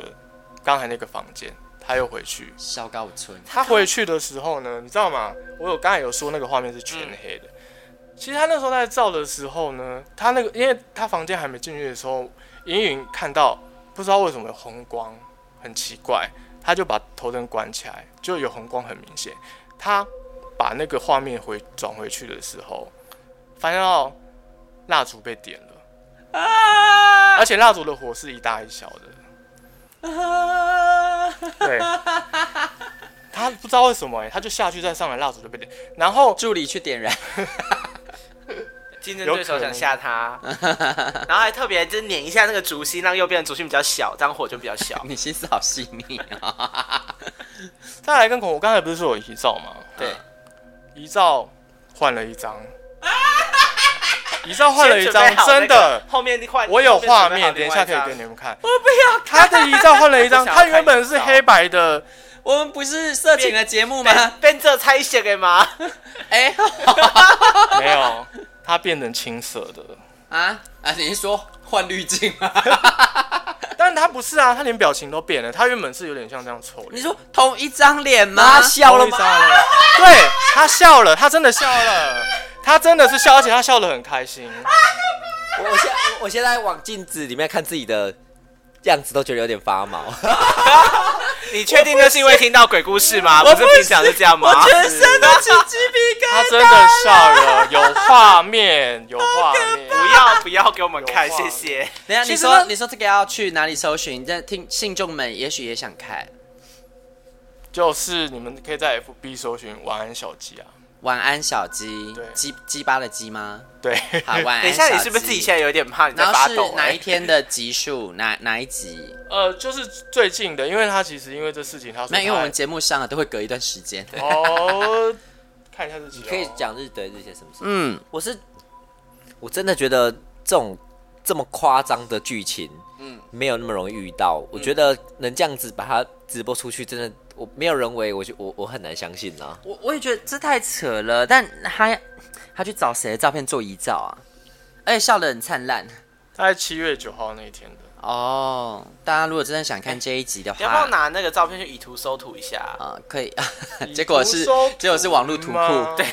[SPEAKER 6] 刚才那个房间，他又回去。
[SPEAKER 3] 小高村，
[SPEAKER 6] 他回去的时候呢，你知道吗？我有刚才有说那个画面是全黑的。其实他那时候在照的时候呢，他那个因为他房间还没进去的时候，隐隐看到不知道为什么有红光，很奇怪，他就把头灯关起来，就有红光很明显。他把那个画面回转回去的时候，发现到蜡烛被点了，而且蜡烛的火是一大一小的。对，他不知道为什么、欸，他就下去再上来，蜡烛就被点。然后
[SPEAKER 3] 助理去点燃，。
[SPEAKER 4] 竞争对手想吓 他，然后还特别就是捻一下那个竹芯，让右边的竹芯比较小，这样火就比较小
[SPEAKER 3] 你心思好细腻啊！
[SPEAKER 6] 再来跟恐，我刚才不是说有遗照吗？
[SPEAKER 4] 对，
[SPEAKER 6] 遗照换了一张，遗照 换了一张
[SPEAKER 4] 先准备，好那
[SPEAKER 6] 真的
[SPEAKER 4] 个，后面换
[SPEAKER 6] 我有画面，等一下可以给 你。们看。我不要他的遗照换了一张，
[SPEAKER 4] 我想要看
[SPEAKER 6] 他
[SPEAKER 4] 遗照
[SPEAKER 6] 原本是黑白的，
[SPEAKER 3] 我们不是色情的节目吗？
[SPEAKER 4] 边边这拆卸给 吗？
[SPEAKER 3] 哎
[SPEAKER 6] 没有，他变成青色的。
[SPEAKER 3] 啊啊！你是说换滤镜吗？
[SPEAKER 6] 但他不是啊，他连表情都变了。他原本是有点像这样丑
[SPEAKER 3] 你
[SPEAKER 6] 脸，
[SPEAKER 3] 说同一张脸吗？
[SPEAKER 5] 他笑了
[SPEAKER 6] 同一？
[SPEAKER 5] 吗
[SPEAKER 6] 张啊对他笑了，他真的笑了，他真的是笑，而且他笑得很开心。
[SPEAKER 5] 我我现在我现在往镜子里面看自己的样子，都觉得有点发毛。
[SPEAKER 4] 你确定那是因为听到鬼故事吗？不是平常是这 样吗？
[SPEAKER 5] 全身都起鸡皮
[SPEAKER 6] 他真的笑了，有画面，有画面。
[SPEAKER 4] 不要不要给我们看，
[SPEAKER 6] 有画
[SPEAKER 4] 谢
[SPEAKER 6] 面
[SPEAKER 4] 谢。
[SPEAKER 3] 等一下
[SPEAKER 5] 其
[SPEAKER 3] 你
[SPEAKER 5] 实呢
[SPEAKER 3] 说你说这个要去哪里搜寻？这听信众们也许也想看。
[SPEAKER 6] 就是你们可以在 FB 搜寻“晚安小鸡”啊，
[SPEAKER 3] 晚安小鸡
[SPEAKER 6] 对，嗯
[SPEAKER 3] 鸡鸡巴的鸡吗？
[SPEAKER 6] 对，
[SPEAKER 3] 好，晚安。
[SPEAKER 4] 等一下，你是不是自己现？在有点怕你在
[SPEAKER 3] 然
[SPEAKER 4] 发
[SPEAKER 3] 后
[SPEAKER 4] 抖
[SPEAKER 3] 是、哎哪一
[SPEAKER 4] 欸？
[SPEAKER 3] 天的集数？哪哪一集？
[SPEAKER 6] 呃，就是最近的，因为他其实因为这事情，他说
[SPEAKER 3] 没有，因为我们
[SPEAKER 6] 他
[SPEAKER 3] 节目上啊都会隔一段时间。
[SPEAKER 6] 哦， 看一下日期、
[SPEAKER 5] 你
[SPEAKER 6] 哦，
[SPEAKER 5] 可以 讲日对日些什么事？
[SPEAKER 3] 嗯，
[SPEAKER 5] 我是我真的觉得这种这么夸张的剧情，嗯，没有那么容易遇到。我觉得能这样子把它直播出去，真的我没有人为，我就我我很难相信啊。
[SPEAKER 3] 我我也觉得这太扯了，但他他去找谁的照片做遗照啊？而且笑得很灿烂
[SPEAKER 6] 他在七月九号那一天的。
[SPEAKER 3] 哦。哎大家如果真的想看这一集的
[SPEAKER 4] 你要不要
[SPEAKER 3] 话，
[SPEAKER 4] 拿那个照片去以图搜图一下？
[SPEAKER 3] 啊、
[SPEAKER 6] 哦
[SPEAKER 3] 可以。结果是
[SPEAKER 6] 以图搜图
[SPEAKER 3] 结果是网络图库
[SPEAKER 6] 嗯吗，
[SPEAKER 3] 对，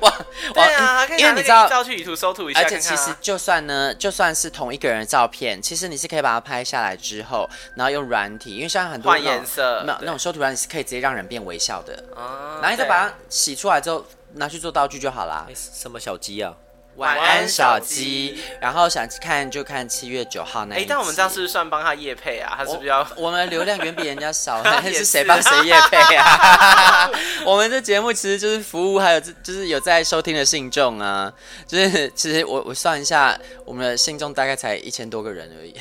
[SPEAKER 3] 网
[SPEAKER 4] 对啊，可
[SPEAKER 3] 网，因
[SPEAKER 4] 以拿
[SPEAKER 3] 为
[SPEAKER 4] 那
[SPEAKER 3] 你
[SPEAKER 4] 个
[SPEAKER 3] 知道
[SPEAKER 4] 照去以图搜图一下
[SPEAKER 3] 而
[SPEAKER 4] 看看
[SPEAKER 3] 且其
[SPEAKER 4] 啊。
[SPEAKER 3] 实就算呢，就算是同一个人的照片，其实你是可以把它拍下来之后，然后用软体，因为像很多
[SPEAKER 4] 换
[SPEAKER 3] 那种
[SPEAKER 4] 颜色
[SPEAKER 3] 没有
[SPEAKER 4] 对
[SPEAKER 3] 那种修图软体是可以直接让人变微笑的，
[SPEAKER 4] 啊，
[SPEAKER 3] 然后你再把它洗出来之后拿去做道具就好啦
[SPEAKER 5] 哎。什么小鸡啊？
[SPEAKER 3] 晚安小鸡，然后想看就看七月九号那一
[SPEAKER 4] 哎
[SPEAKER 3] 集。，
[SPEAKER 4] 但我们这样是不是算帮他夜配啊？他是不是要？
[SPEAKER 3] 我我们流量远比人家 少，但
[SPEAKER 4] 也
[SPEAKER 3] 是
[SPEAKER 4] 是啊
[SPEAKER 3] 谁帮谁业配啊？ 我们这节目其实就是服务，还有这就是有在收听的信众啊，就是其实我我算一下，我们的信众大概才一千多个人而已，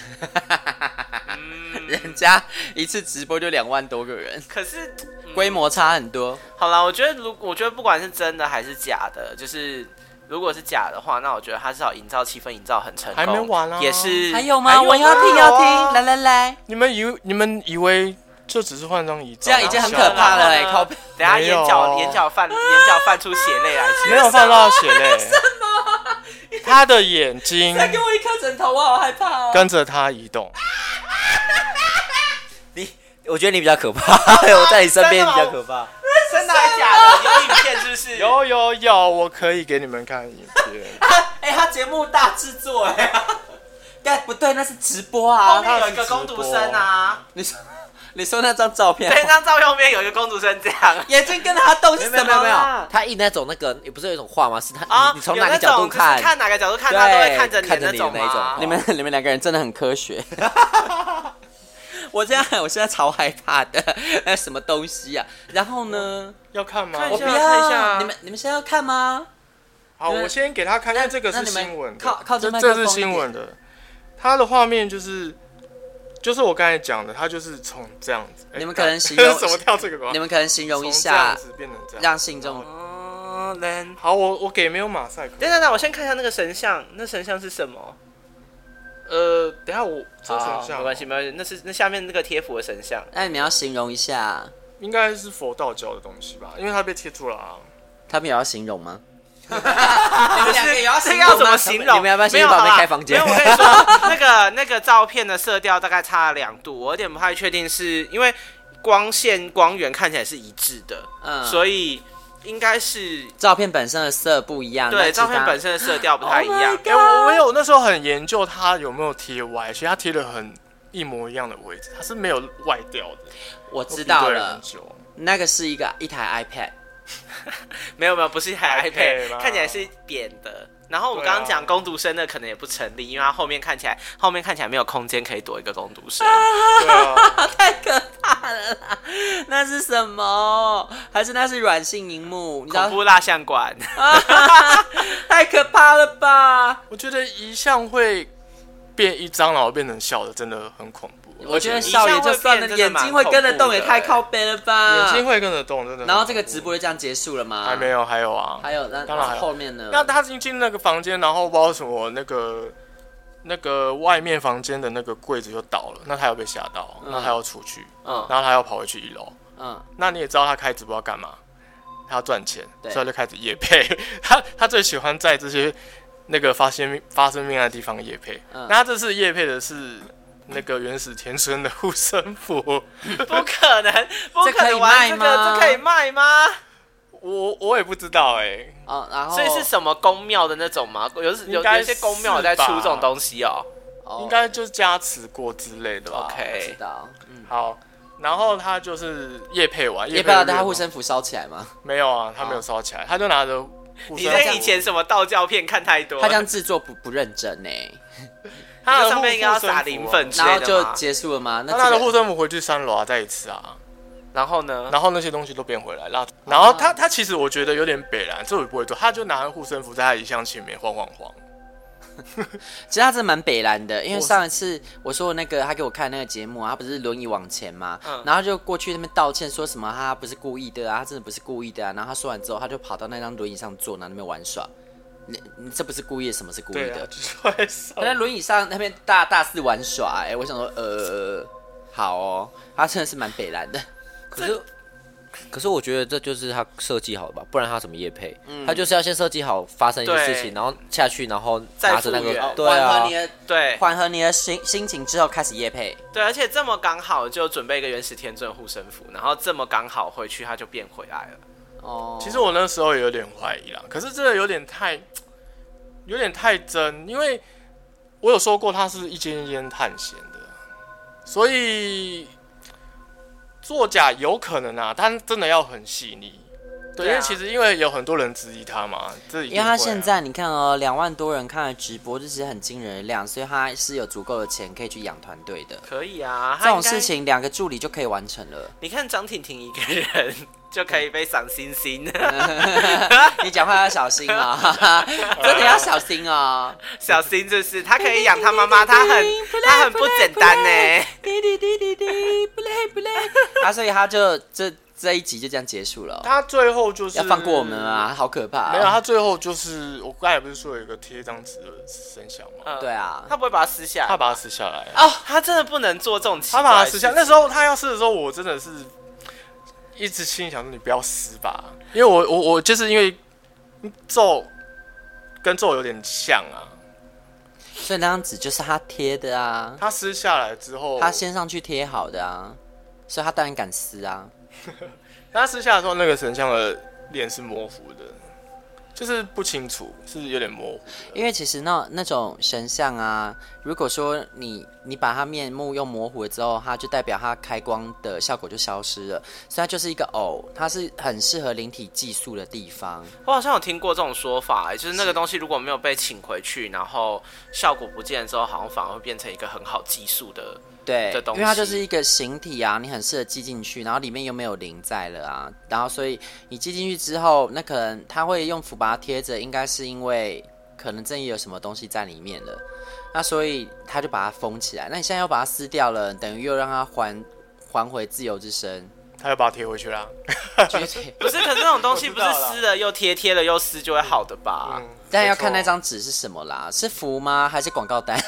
[SPEAKER 3] 人家一次直播就两万多个人，
[SPEAKER 4] 嗯可是
[SPEAKER 3] 规模差很多。
[SPEAKER 4] 好啦，我觉得如我觉得不管是真的还是假的，就是如果是假的话，那我觉得他至少营造气氛营造很成功，
[SPEAKER 6] 还没完啊
[SPEAKER 4] 也是
[SPEAKER 3] 还有吗？
[SPEAKER 6] 还有啊
[SPEAKER 3] 我要听要
[SPEAKER 6] 还有
[SPEAKER 3] 听，
[SPEAKER 6] 啊
[SPEAKER 3] 来来来，
[SPEAKER 6] 你们以你们以为就只是换张遗照，
[SPEAKER 3] 这样已经很
[SPEAKER 6] 然
[SPEAKER 4] 啊
[SPEAKER 6] 后
[SPEAKER 3] 可怕了哎、
[SPEAKER 4] 然后
[SPEAKER 3] 靠
[SPEAKER 4] 呢
[SPEAKER 3] 背。
[SPEAKER 4] 等下
[SPEAKER 6] 没有
[SPEAKER 4] 眼角眼角泛眼角泛出血泪来，
[SPEAKER 6] 没有放到血泪。什么？他的眼睛
[SPEAKER 3] 再给我一颗枕头，我好害怕哦。
[SPEAKER 6] 跟着他 移动，
[SPEAKER 5] 你我觉得你比较可 怕，
[SPEAKER 4] 啊
[SPEAKER 5] 我在你身边比较可怕。
[SPEAKER 4] 真的还假的？有影片是不是？
[SPEAKER 6] 有啊有有，我可以给你们看影片。
[SPEAKER 5] 哎、他节目大制作哎、 但不对，那是直播
[SPEAKER 4] 后
[SPEAKER 5] 啊
[SPEAKER 4] 面哦有一个攻读生啊，
[SPEAKER 5] 你说你说那张照片
[SPEAKER 4] 对，那照片后面有一个攻读生这样。
[SPEAKER 5] 眼睛跟着他动是
[SPEAKER 3] 没有没有没有
[SPEAKER 5] 啦他印那种那个，也不是有一种画吗？是他、
[SPEAKER 4] 啊，
[SPEAKER 5] 你你从
[SPEAKER 4] 有
[SPEAKER 5] 哪
[SPEAKER 4] 那
[SPEAKER 5] 个角
[SPEAKER 4] 种
[SPEAKER 5] 度
[SPEAKER 4] 就是看？哪个角度看，他都会
[SPEAKER 5] 对
[SPEAKER 4] 看着你
[SPEAKER 5] 看着
[SPEAKER 4] 的
[SPEAKER 5] 你的
[SPEAKER 4] 种啊
[SPEAKER 5] 那种
[SPEAKER 4] 嘛。
[SPEAKER 3] 你们你们两个人真的很科 学。我现在我现在超害怕的， 那什么东西啊？然后呢？
[SPEAKER 6] 要看吗？
[SPEAKER 4] 看
[SPEAKER 3] 我
[SPEAKER 4] 一
[SPEAKER 3] 不
[SPEAKER 4] 下
[SPEAKER 3] 要，
[SPEAKER 4] 看一下
[SPEAKER 3] 你们你们现在要看吗？
[SPEAKER 6] 好，我先给他看，因为这个
[SPEAKER 3] 那
[SPEAKER 6] 是
[SPEAKER 3] 你们
[SPEAKER 6] 新闻的，
[SPEAKER 3] 靠靠近
[SPEAKER 6] 这
[SPEAKER 3] 麦克
[SPEAKER 6] 这
[SPEAKER 3] 风
[SPEAKER 6] 是新闻的。它的画面就是，就是我刚才讲的，它就是从这样子。哎
[SPEAKER 3] 你们可能形
[SPEAKER 6] 干
[SPEAKER 3] 容
[SPEAKER 6] 怎么跳这个吧？
[SPEAKER 3] 你们可能形容一
[SPEAKER 6] 从这样
[SPEAKER 3] 下，
[SPEAKER 6] 子变成这样。
[SPEAKER 3] 让信众
[SPEAKER 4] 嗯，人。
[SPEAKER 6] 好，我我给没有马赛克。
[SPEAKER 4] 等等等，我先看一下那个神像，那神像是什么？
[SPEAKER 6] 呃，等一下我这
[SPEAKER 4] 好
[SPEAKER 6] 成像
[SPEAKER 4] 没关系，，没关系，那是那下面那个贴符的神 像。
[SPEAKER 3] 那你们要形容一下，
[SPEAKER 6] 应该是佛道教的东西吧，因为它被贴出来啊。
[SPEAKER 3] 他们也要形容吗？你们两个也要
[SPEAKER 4] 这
[SPEAKER 3] 形
[SPEAKER 4] 个
[SPEAKER 3] 容吗
[SPEAKER 4] 要怎么形容？
[SPEAKER 5] 你们要不要先
[SPEAKER 4] 没有
[SPEAKER 5] 把
[SPEAKER 4] 好
[SPEAKER 5] 门
[SPEAKER 4] 啦
[SPEAKER 5] 开房间
[SPEAKER 4] 没有，我 跟你说，那个那个照片的色调大概差了两度，我有点不太确定是，因为光线光源看起来是一致的，
[SPEAKER 3] 嗯
[SPEAKER 4] 所以应该是
[SPEAKER 3] 照片本身的色不一样，
[SPEAKER 5] 啊
[SPEAKER 4] 对照片本
[SPEAKER 3] 身
[SPEAKER 4] 身的色调不太一
[SPEAKER 5] Oh
[SPEAKER 4] 样。
[SPEAKER 3] 啊
[SPEAKER 6] 哎、我我有那时候很研究它有没有贴歪，其实它贴的很一模一样的位置，它是没有歪掉的。
[SPEAKER 3] 我知道
[SPEAKER 6] 我比对
[SPEAKER 3] 了
[SPEAKER 6] 很，久
[SPEAKER 3] 那个是一个一台 iPad。
[SPEAKER 4] 没有没有，不是台
[SPEAKER 6] iPad 吗
[SPEAKER 4] iPad，看起来是扁的。然后我们
[SPEAKER 6] 对啊
[SPEAKER 4] 刚刚讲攻读生的可能也不成立，因为它后面看起来后面看起来没有空间可以躲一个攻读生。
[SPEAKER 6] 对啊，
[SPEAKER 3] 太可怕了啦！那是什么？还是那是软性荧幕？你知
[SPEAKER 4] 恐
[SPEAKER 3] 道？
[SPEAKER 4] 怖蜡像馆，
[SPEAKER 3] 太可怕了吧！
[SPEAKER 6] 我觉得一项会变一张，然后变成小的，真的很恐怖。
[SPEAKER 3] 我觉得笑脸就算了，
[SPEAKER 4] 一下会变真的
[SPEAKER 3] 眼睛会跟得动也太靠背了吧！
[SPEAKER 6] 眼睛会跟着动，真的。
[SPEAKER 3] 呃然后这个直播就这样结束了吗？
[SPEAKER 6] 还没。有，还有啊，
[SPEAKER 3] 还有那
[SPEAKER 6] 当然还有
[SPEAKER 3] 后面呢？
[SPEAKER 6] 那他进进那个房间，然后不知道什么那个那个外面房间的那个柜子就倒了，那他有被吓到，那他要出去，
[SPEAKER 3] 嗯
[SPEAKER 6] 然后他要跑回去一楼。
[SPEAKER 3] 嗯，
[SPEAKER 6] 那你也知道他开直播要干嘛，他要赚钱，
[SPEAKER 3] 对
[SPEAKER 6] 所以他就开始夜配。 他他最喜欢在这些那个发现命发生命案的地方夜配。
[SPEAKER 3] 嗯
[SPEAKER 6] 那他这次夜配的是那个原始天生的护身符，
[SPEAKER 4] 不可能，不
[SPEAKER 3] 这可以
[SPEAKER 4] 可能 玩这
[SPEAKER 3] 卖吗
[SPEAKER 4] 个，这可以卖吗？
[SPEAKER 6] 我我也不知道哎、
[SPEAKER 3] 哦，然后
[SPEAKER 4] 所以是什么宫庙的那种吗？有有
[SPEAKER 6] 应该
[SPEAKER 4] 有一些宫庙有在出这种东西哦。
[SPEAKER 3] 哦
[SPEAKER 6] 应该就是加持过之类的吧。
[SPEAKER 3] 哦
[SPEAKER 4] OK
[SPEAKER 3] 我知道。嗯
[SPEAKER 6] 好，然后他就是夜配完，
[SPEAKER 3] 也不
[SPEAKER 6] 配
[SPEAKER 3] 知
[SPEAKER 6] 完
[SPEAKER 3] 道他
[SPEAKER 6] 就
[SPEAKER 3] 护身符烧起来吗？
[SPEAKER 6] 没有啊，他没有烧起来，他就拿着护
[SPEAKER 4] 你
[SPEAKER 6] 身
[SPEAKER 4] 在
[SPEAKER 6] 符，
[SPEAKER 4] 以前什么道教片看太多，
[SPEAKER 3] 他这样制作不不认真呢，
[SPEAKER 6] 他的
[SPEAKER 4] 上面应该要撒
[SPEAKER 6] 打
[SPEAKER 4] 磷粉之
[SPEAKER 3] 然后
[SPEAKER 4] 类的
[SPEAKER 3] 就
[SPEAKER 4] 嘛。
[SPEAKER 3] 结束了吗？那
[SPEAKER 6] 啊他拿
[SPEAKER 3] 这
[SPEAKER 6] 着
[SPEAKER 3] 个
[SPEAKER 6] 护身符回去三楼啊，再一次啊。
[SPEAKER 4] 然后呢？
[SPEAKER 6] 然后那些东西都变回来了。然后他他其实我觉得有点北蓝，这我也不会做，他就拿护身符在他遗像前面晃晃晃。
[SPEAKER 4] 哦
[SPEAKER 3] 其实他真的蛮北蓝的，因为上一次我说那个他给我看那个节目啊，他不是轮椅往前嘛，
[SPEAKER 4] 嗯
[SPEAKER 3] 然后就过去那边道歉，说什么他不是故意的啊，他真的不是故意的啊。然后他说完之后，他就跑到那张轮椅上坐，然后那边玩耍。你你这不是故意的，什么是故意
[SPEAKER 6] 对啊，
[SPEAKER 3] 的？
[SPEAKER 6] 就是会上
[SPEAKER 3] 他在轮椅上那边大大肆玩耍、哎，我想说，呃，好哦，他真的是蛮北蓝的。
[SPEAKER 5] 可是，可是我觉得这就是他设计好的吧，不然他怎么夜配？他就是要先设计好发生一些
[SPEAKER 4] 对
[SPEAKER 5] 事情，然后下去，然后
[SPEAKER 4] 再
[SPEAKER 5] 拿着那
[SPEAKER 4] 复原
[SPEAKER 5] 个，对
[SPEAKER 3] 缓
[SPEAKER 5] 啊
[SPEAKER 3] 和你，的
[SPEAKER 4] 对
[SPEAKER 3] 缓和你的心心情之后，开始夜配。
[SPEAKER 4] 对，而且这么刚好就准备一个原始天尊护身符，然后这么刚好回去他就变回来了。
[SPEAKER 3] 哦，
[SPEAKER 6] 其实我那时候也有点怀疑啦，可是真的有点太，有点太真，因为我有说过它是一间一间探险的，所以作假有可能啊，但真的要很细腻。对，
[SPEAKER 4] 对啊
[SPEAKER 6] 因为其实因为有很多人质疑他嘛，这一
[SPEAKER 3] 因
[SPEAKER 6] 定
[SPEAKER 3] 为他
[SPEAKER 6] 会啊
[SPEAKER 3] 现在你看哦，两万多人看了直播，这是很惊人的量，所以他是有足够的钱可以去养团队的。
[SPEAKER 4] 可以啊，
[SPEAKER 3] 这
[SPEAKER 4] 他
[SPEAKER 3] 种
[SPEAKER 4] 应该
[SPEAKER 3] 事，情两个助理就可以完成 了。
[SPEAKER 4] 你看张婷婷一个人就可以被赏星星，
[SPEAKER 6] 嗯
[SPEAKER 3] 你讲话要小心 啊、真的要小心啊、
[SPEAKER 4] 小星就是他可以养他妈妈，他很他很不简单呢。
[SPEAKER 3] 滴滴滴滴滴，不累不累。啊，所以他就这这一集就这样结束了哦、
[SPEAKER 6] 他最后就是
[SPEAKER 3] 要放过我们啊，好可怕、
[SPEAKER 6] 没有，他最后就是我刚才不是说有一个贴一张纸的声响吗？
[SPEAKER 4] 嗯
[SPEAKER 3] 对，啊，
[SPEAKER 4] 他不会把它撕下来
[SPEAKER 6] 他把它撕下来，
[SPEAKER 4] 哦，他真的不能做这种奇怪
[SPEAKER 6] 他
[SPEAKER 4] 的事情。
[SPEAKER 6] 把它撕下。那时候他要撕的时候，我真的是一直心里想说：“你不要撕吧。”因为我我我就是因为咒跟咒有点像啊。
[SPEAKER 3] 所以那张纸就是他贴的啊，
[SPEAKER 6] 他撕下来之后，
[SPEAKER 3] 他先上去贴好的啊，所以他当然敢撕啊。
[SPEAKER 6] 他撕下来之后，那个神像的脸是模糊的，就是不清楚，是有点模糊。
[SPEAKER 3] 因为其实那那种神像啊，如果说你你把它面目用模糊了之后，它就代表它开光的效果就消失了，所以它就是一个偶，它是很适合灵体寄宿的地方。
[SPEAKER 4] 我好像有听过这种说法、欸就是那个东西如果没有被请回去，然后效果不见的时候，好像反而会变成一个很好技术的。
[SPEAKER 3] 对
[SPEAKER 4] 的，东
[SPEAKER 3] 因
[SPEAKER 4] 西
[SPEAKER 3] 为它就是一个形体啊，你很适合寄进去，然后里面又没有灵在了啊，然后所以你寄进去之后，那可能它会用符把它贴着，应该是因为可能真的有什么东西在里面了，那所以他就把它封起来。那你现在又把它撕掉了，等于又让它还还回自由之 身，
[SPEAKER 6] 他又把它贴回去啦。
[SPEAKER 3] 就是
[SPEAKER 4] 不是，可是那种东西
[SPEAKER 6] 我
[SPEAKER 4] 不
[SPEAKER 6] 知
[SPEAKER 4] 是
[SPEAKER 6] 道啦
[SPEAKER 4] 撕了又贴，贴了又撕就会好的吧？
[SPEAKER 3] 啊
[SPEAKER 6] 嗯
[SPEAKER 3] 但要看那。张纸是什么啦，是符吗？还是广告单？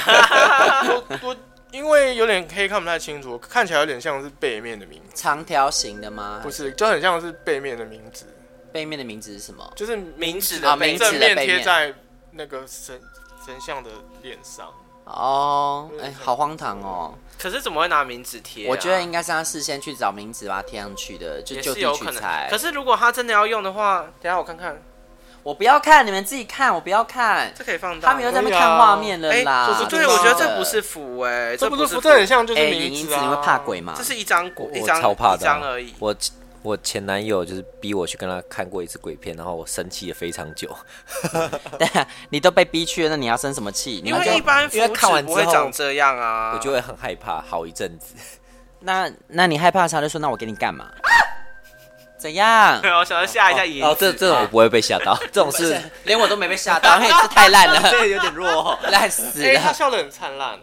[SPEAKER 6] 没 错我我因为有点黑，看不太清楚，看起来有点像是背面的名字，
[SPEAKER 3] 长条形的吗？
[SPEAKER 6] 不是，就很像是背面的名字。
[SPEAKER 3] 背面的名字是什么？
[SPEAKER 6] 就是
[SPEAKER 4] 名字
[SPEAKER 3] 啊
[SPEAKER 4] 的背
[SPEAKER 3] 名字
[SPEAKER 6] 正
[SPEAKER 3] 的
[SPEAKER 6] 面
[SPEAKER 3] 背
[SPEAKER 6] 贴
[SPEAKER 3] 面
[SPEAKER 6] 在那个神神像的脸上，
[SPEAKER 3] 哦，哎、
[SPEAKER 6] 嗯
[SPEAKER 3] 好荒唐哦。
[SPEAKER 4] 可是怎么会拿名字贴啊、
[SPEAKER 3] 我觉得应该是他事先去找名字把它贴上去的，就
[SPEAKER 4] 也
[SPEAKER 3] 就是地
[SPEAKER 4] 有
[SPEAKER 3] 取
[SPEAKER 4] 可
[SPEAKER 3] 材
[SPEAKER 4] 能。可。是如果他真的要用的话，等一下我看看，
[SPEAKER 3] 我不要看，你们自己看，我不要看。
[SPEAKER 4] 这可以放大吗。
[SPEAKER 3] 他们又在那边看画面了
[SPEAKER 4] 哎
[SPEAKER 3] 啦。
[SPEAKER 4] 就是对，
[SPEAKER 3] 真的
[SPEAKER 4] 我觉得这不是符哎、
[SPEAKER 6] 这
[SPEAKER 4] 不
[SPEAKER 6] 不是
[SPEAKER 4] 符
[SPEAKER 6] 符，这很像就是
[SPEAKER 3] 哎，
[SPEAKER 6] 名
[SPEAKER 3] 影影
[SPEAKER 6] 字
[SPEAKER 3] 子
[SPEAKER 6] 啊。
[SPEAKER 3] 你会怕？鬼吗
[SPEAKER 4] 这？是一张
[SPEAKER 5] 我
[SPEAKER 4] 古一
[SPEAKER 5] 我
[SPEAKER 4] 张
[SPEAKER 5] 超怕
[SPEAKER 4] 一
[SPEAKER 5] 的
[SPEAKER 4] 张
[SPEAKER 5] 啊
[SPEAKER 4] 而已。。
[SPEAKER 5] 我我前男友就是逼我去跟他看过一次鬼片，然后我生气了非常久。
[SPEAKER 3] 啊你都被逼去了，那你要生什么气？你
[SPEAKER 4] 因
[SPEAKER 3] 们就
[SPEAKER 4] 为一般符
[SPEAKER 5] 因为看
[SPEAKER 4] 纸
[SPEAKER 5] 完之
[SPEAKER 4] 不
[SPEAKER 5] 后
[SPEAKER 4] 会长这样啊，
[SPEAKER 5] 我就会很害怕好一阵子。
[SPEAKER 3] 那那你害怕的时候他就说，那我给你干嘛？怎 样？
[SPEAKER 4] 我想要吓一下影
[SPEAKER 5] 哦，这这种我不会被吓 到，这种是
[SPEAKER 3] 连我都没被吓到，因为这太烂了，
[SPEAKER 5] 这有点
[SPEAKER 4] 哦
[SPEAKER 5] 弱。
[SPEAKER 3] 烂死
[SPEAKER 6] 哎，他
[SPEAKER 3] 了。
[SPEAKER 6] 笑得很灿烂。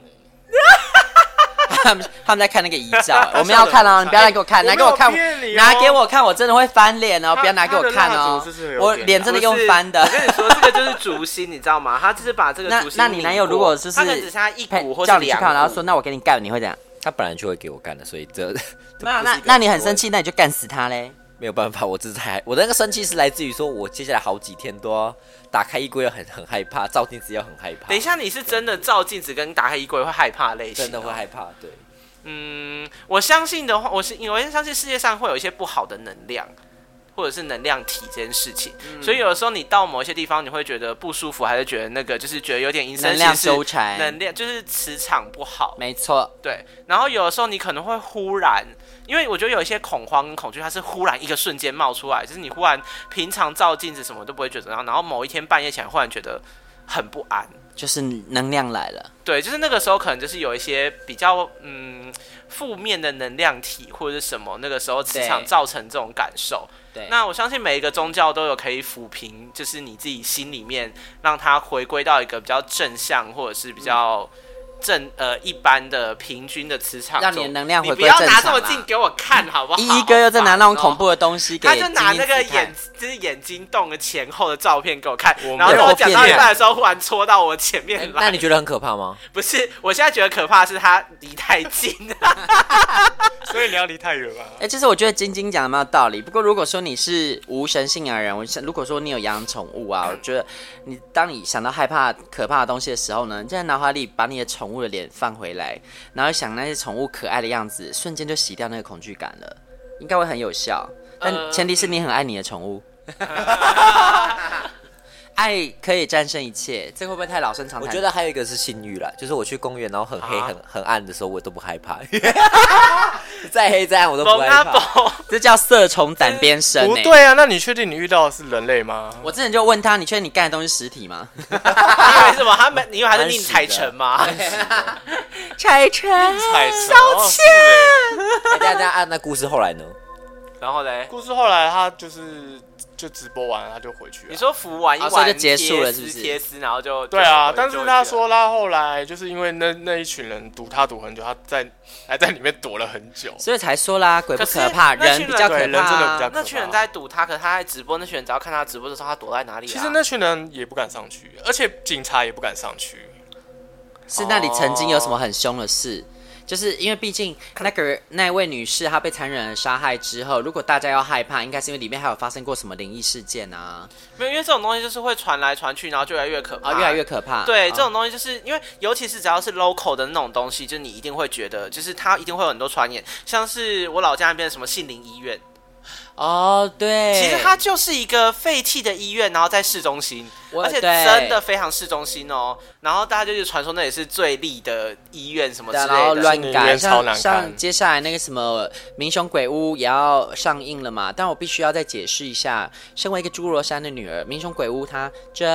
[SPEAKER 3] 他们他们在看那个遗 照，我们要看哦，你不要来给我看，
[SPEAKER 6] 我
[SPEAKER 3] 拿
[SPEAKER 6] 没
[SPEAKER 3] 给
[SPEAKER 6] 有
[SPEAKER 3] 我看
[SPEAKER 6] 骗你，哦
[SPEAKER 3] 拿给我看，我真的会翻脸哦，
[SPEAKER 6] 他
[SPEAKER 3] 不要拿给我看哦
[SPEAKER 6] 他的蜡烛是不是有，点
[SPEAKER 3] 我脸真的用翻的
[SPEAKER 4] 不。是我跟你说，这个就是竹心，你知道吗？他就是把这 个
[SPEAKER 3] 那
[SPEAKER 4] 竹心
[SPEAKER 3] 那你男友如果就是
[SPEAKER 4] 他可能只差一
[SPEAKER 3] 陪
[SPEAKER 4] 股或
[SPEAKER 3] 叫
[SPEAKER 4] 是
[SPEAKER 3] 你去
[SPEAKER 4] 两
[SPEAKER 3] 看，然后
[SPEAKER 4] 股，
[SPEAKER 3] 说那我给你干，你会怎样？
[SPEAKER 5] 他本来就会给我干的，所以这
[SPEAKER 3] 那那那你很生气，那你就干死他嘞。
[SPEAKER 5] 没有办法。我只是还我的那个生气是来自于说，我接下来好几天都要打开衣柜要很很害怕，照镜子要很害怕。
[SPEAKER 4] 等一，下你是真的照镜子跟打开衣柜会害怕类型，哦
[SPEAKER 5] 真的会害。怕，对。
[SPEAKER 4] 嗯，我相信的话，我是因为我相信世界上会有一些不好的能量。或者是能量体这件事情，
[SPEAKER 5] 嗯
[SPEAKER 4] 所以有的时候你到某一些地方，你会觉得不舒服，还是觉得那个就是觉得有点隐身
[SPEAKER 3] 能量
[SPEAKER 4] 性是
[SPEAKER 3] 纠缠
[SPEAKER 4] 能量就是磁场不好，
[SPEAKER 3] 没错，
[SPEAKER 4] 对，然后有的时候你可能会忽然，因为我觉得有一些恐慌跟恐惧，它是忽然一个瞬间冒出来，就是你忽然平常照镜子什么都不会觉得，然后然后某一天半夜起来，忽然觉得很不安，
[SPEAKER 3] 就是能量来了。
[SPEAKER 4] 对，就是那个时候可能就是有一些比较嗯负面的能量体或者是什么，那个时候磁场
[SPEAKER 3] 对
[SPEAKER 4] 造成这种感受。
[SPEAKER 3] 对，
[SPEAKER 4] 那我相信每一个宗教都有可以抚平，就是你自己心里面让它回归到一个比较正向或者是比较正、呃一般的平均的磁场中，
[SPEAKER 3] 让你的能量
[SPEAKER 4] 你
[SPEAKER 3] 回
[SPEAKER 4] 不
[SPEAKER 3] 归
[SPEAKER 4] 要
[SPEAKER 3] 正
[SPEAKER 4] 拿这
[SPEAKER 3] 常
[SPEAKER 4] 么
[SPEAKER 3] 啦
[SPEAKER 4] 近给我看好不好？哦
[SPEAKER 3] 一一哥又在拿那种恐怖的东西给
[SPEAKER 4] 他就拿
[SPEAKER 3] 金
[SPEAKER 4] 那
[SPEAKER 3] 英子
[SPEAKER 4] 个
[SPEAKER 3] 看
[SPEAKER 4] 眼，就是眼睛洞的前后的照片给我看
[SPEAKER 6] 我没
[SPEAKER 4] 然
[SPEAKER 6] 有，
[SPEAKER 4] 后在我讲到一
[SPEAKER 5] 变
[SPEAKER 4] 半的时候，忽然戳到我前
[SPEAKER 3] 哎
[SPEAKER 4] 面
[SPEAKER 5] 那
[SPEAKER 4] 来。
[SPEAKER 5] 你觉得很可怕吗？
[SPEAKER 4] 不是，我现在觉得可怕的是他离太近 了。
[SPEAKER 6] 所以你要离太远吧。
[SPEAKER 3] 哎、其实我觉得晶晶讲的蛮有道理。不过如果说你是无神信仰的人，我想如果说你有养宠物啊，我觉得你当你想到害怕、可怕的东西的时候呢，你就在脑海里把你的宠物的脸放回来，然后想那些宠物可爱的样子，瞬间就洗掉那个恐惧感了，应该会很有效。但
[SPEAKER 4] 呃
[SPEAKER 3] 前提是你很爱你的宠物。 爱可以战胜一切，这会不会太老生常谈？
[SPEAKER 5] 我觉得还有一个是性欲啦，就是我去公园，然后很黑、
[SPEAKER 4] 啊
[SPEAKER 5] 很很暗的时候，我都不害怕， 再黑再暗我都不
[SPEAKER 4] 蒙
[SPEAKER 5] 害
[SPEAKER 4] 阿
[SPEAKER 5] 怕。
[SPEAKER 4] 宝，
[SPEAKER 3] 这叫色虫胆边生、欸。
[SPEAKER 6] 不对啊，那你确定你遇到的是人类吗？
[SPEAKER 3] 我之前就问他，你确定你干的东西是实体吗？
[SPEAKER 4] 你以为什么？他们你以为他是宁
[SPEAKER 3] 死
[SPEAKER 4] 采
[SPEAKER 3] 的
[SPEAKER 4] 臣吗？
[SPEAKER 3] 拆穿。
[SPEAKER 6] 太烧
[SPEAKER 4] 哦
[SPEAKER 6] 钱。
[SPEAKER 5] 哎大家按那故事后来呢？
[SPEAKER 4] 然后嘞，
[SPEAKER 6] 故事后来他就是就直播完了他就回去了。
[SPEAKER 4] 你说服完一
[SPEAKER 3] 啊所以
[SPEAKER 4] 晚
[SPEAKER 3] 就结束了
[SPEAKER 4] 贴丝
[SPEAKER 3] 是不是
[SPEAKER 4] 贴丝，然后就
[SPEAKER 6] 对啊，
[SPEAKER 4] 就
[SPEAKER 6] 但
[SPEAKER 4] 就是
[SPEAKER 6] 他
[SPEAKER 4] 就
[SPEAKER 6] 说他后来就是因为那那一群人堵他堵很久，他在还在里面躲了很久。
[SPEAKER 4] 啊
[SPEAKER 3] 所以才说啦，鬼不可怕，
[SPEAKER 4] 可是那
[SPEAKER 3] 人
[SPEAKER 4] 群人
[SPEAKER 3] 比较可怕啊。
[SPEAKER 6] 对人真的比较可怕
[SPEAKER 4] 那群人在堵他，可是他在直播，那群人只要看他直播的时候，他躲在哪里啊？
[SPEAKER 6] 其实那群人也不敢上去，而且警察也不敢上去。
[SPEAKER 3] 是那里曾经有什么很凶的事？就是因为毕竟那个那位女士她被残忍的杀害之后，如果大家要害怕，应该是因为里面还有发生过什么灵异事件啊，
[SPEAKER 4] 没有，因为这种东西就是会传来传去，然后就越来越可怕，
[SPEAKER 3] 啊，越来越可怕。
[SPEAKER 4] 对，
[SPEAKER 3] 啊
[SPEAKER 4] 这种东西就是因为，尤其是只要是 local 的那种东西，就是你一定会觉得，就是它一定会有很多传言，像是我老家那边的什么杏林医院，
[SPEAKER 3] 哦，对，
[SPEAKER 4] 其实它就是一个废弃的医院，然后在市中心，
[SPEAKER 3] 我
[SPEAKER 4] 而且
[SPEAKER 3] 对
[SPEAKER 4] 真的非常市中心哦。然后大家就是传说那也是最厉的医院什么之
[SPEAKER 3] 对啊然后
[SPEAKER 4] 类的，
[SPEAKER 3] 乱
[SPEAKER 6] 里
[SPEAKER 3] 改，
[SPEAKER 6] 面超
[SPEAKER 3] 像
[SPEAKER 6] 难看
[SPEAKER 3] 像接下来那个什么《民雄鬼屋》也要上映了嘛，但我必须要再解释一下，身为一个侏罗山的女儿，《民雄鬼屋》它真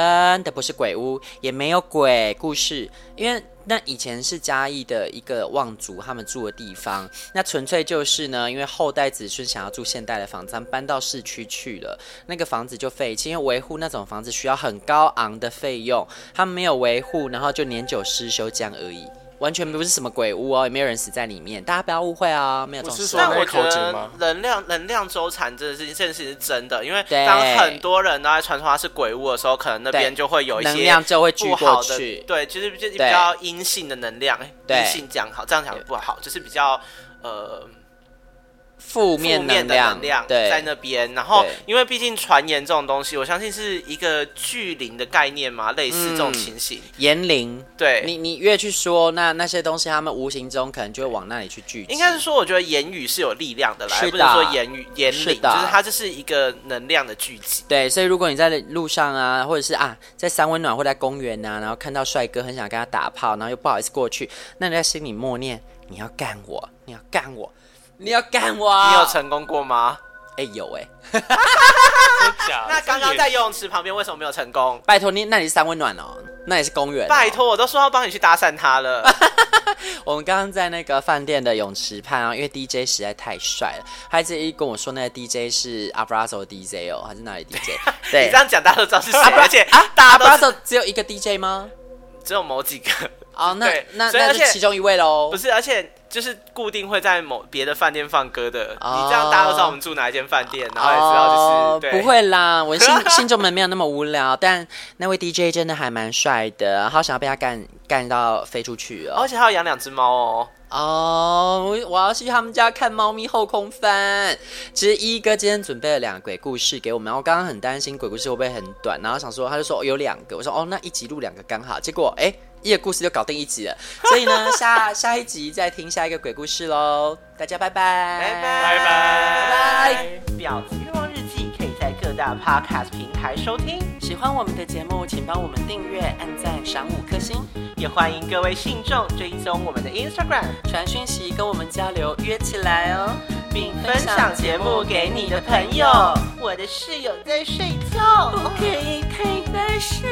[SPEAKER 3] 的不是鬼屋，也没有鬼故事，因为。那以前是嘉义的一个望族他们住的地方，那纯粹就是呢，因为后代子孙想要住现代的房子，他们搬到市区去了，那个房子就废弃，因为维护那种房子需要很高昂的费用，他们没有维护，然后就年久失修这样而已，完全不是什么鬼屋哦，也没有人死在里面，大家不要误会啊，没有这种
[SPEAKER 6] 不是
[SPEAKER 3] 事
[SPEAKER 6] 说。
[SPEAKER 4] 但
[SPEAKER 6] 那
[SPEAKER 4] 我
[SPEAKER 6] 一
[SPEAKER 4] 觉
[SPEAKER 6] 口井
[SPEAKER 4] 得
[SPEAKER 6] 吗
[SPEAKER 4] 能量能量周产这件事情，这件事情是真的，因为
[SPEAKER 3] 对
[SPEAKER 4] 当很多人都在传说它是鬼屋的时候，可能那边
[SPEAKER 3] 对
[SPEAKER 4] 就会有一些
[SPEAKER 3] 能量就会聚
[SPEAKER 4] 不
[SPEAKER 3] 过
[SPEAKER 4] 好的
[SPEAKER 3] 去，
[SPEAKER 4] 对，就是就是比
[SPEAKER 3] 对
[SPEAKER 4] 较阴性的能量，哎
[SPEAKER 3] 对
[SPEAKER 4] 阴性讲好，这样讲不好，就是比较呃
[SPEAKER 3] 负
[SPEAKER 4] 负
[SPEAKER 3] 面
[SPEAKER 4] 面
[SPEAKER 3] 能
[SPEAKER 4] 的
[SPEAKER 3] 量，
[SPEAKER 4] 能量
[SPEAKER 3] 对，
[SPEAKER 4] 在那边。然后
[SPEAKER 3] 对，
[SPEAKER 4] 因为毕竟传言这种东西，我相信是一个聚灵的概念嘛，类似这
[SPEAKER 3] 嗯
[SPEAKER 4] 种情形，
[SPEAKER 3] 言灵。
[SPEAKER 4] 对，
[SPEAKER 3] 你你越去说，那那些东西，他们无形中可能就会往那里去聚集。
[SPEAKER 4] 应该是说，我觉得言语是有力量的啦，
[SPEAKER 3] 是的
[SPEAKER 4] 而不是说言语言
[SPEAKER 3] 是
[SPEAKER 4] 灵，就
[SPEAKER 3] 的
[SPEAKER 4] 是它就是一个能量的聚集。
[SPEAKER 3] 对，所以如果你在路上啊，或者是啊，在三温暖或在公园呐、啊，然后看到帅哥很想跟他打炮，然后又不好意思过去，那你在心里默念：你要干我，你要干我，你要干我。
[SPEAKER 4] 你有？成功过吗？
[SPEAKER 3] 哎、有哎、
[SPEAKER 4] 那刚刚在游泳池旁边为什么没有成功？
[SPEAKER 3] 拜托你，那里是三温暖哦，那也是公园、
[SPEAKER 4] 拜，托，我都说要帮你去搭讪他了。
[SPEAKER 3] 我们刚刚在那个饭店的泳池畔啊，因为 DJ 实在太帅了，他一直一跟我说那个 DJ 是 Abrazo DJ 哦，还是哪里 DJ？
[SPEAKER 4] 你
[SPEAKER 3] 对
[SPEAKER 4] 这，样讲，大家都知道是谁，而且
[SPEAKER 3] 啊
[SPEAKER 4] 大家都是
[SPEAKER 3] ，Abrazo 只有一个 DJ 吗？
[SPEAKER 4] 只有某几个，
[SPEAKER 3] 哦，那
[SPEAKER 4] 对
[SPEAKER 3] 那
[SPEAKER 4] 所以
[SPEAKER 3] 那
[SPEAKER 4] 而且
[SPEAKER 3] 是其中一位喽
[SPEAKER 4] 不。是，而且就是固定会在某别的饭店放歌的。
[SPEAKER 3] 哦
[SPEAKER 4] 你这样大家都知道我们住哪一间饭店，然后哦也知道就是对
[SPEAKER 3] 不。会啦，我 信信众们没有那么无聊，但那位 DJ 真的还蛮帅的，好想要被他干干到飞出去哦
[SPEAKER 4] 而。且还有养两只猫哦，
[SPEAKER 3] 哦，我我要去他们家看猫咪后空翻。其实一哥今天准备了两个鬼故事给我们，然后我刚刚很担心鬼故事会不会很短，然后想说他就说、哦有两个，我说哦那一集录两个刚好，结果哎一个故事就搞定一集了，所以呢 下下一集再听下一个鬼故事喽，大家拜拜，
[SPEAKER 4] 拜拜
[SPEAKER 6] 拜拜。
[SPEAKER 1] 婊子欲望日记可以在各大 podcast 平台收听，
[SPEAKER 3] 喜欢我们的节目，请帮我们订阅、按赞、赏五颗星，
[SPEAKER 1] 也欢迎各位信众追踪我们的 Instagram，
[SPEAKER 3] 传讯息跟我们交流，约起来哦，并
[SPEAKER 1] 分享节目给你的朋友。我的室友在睡觉。
[SPEAKER 3] 不可以太大声。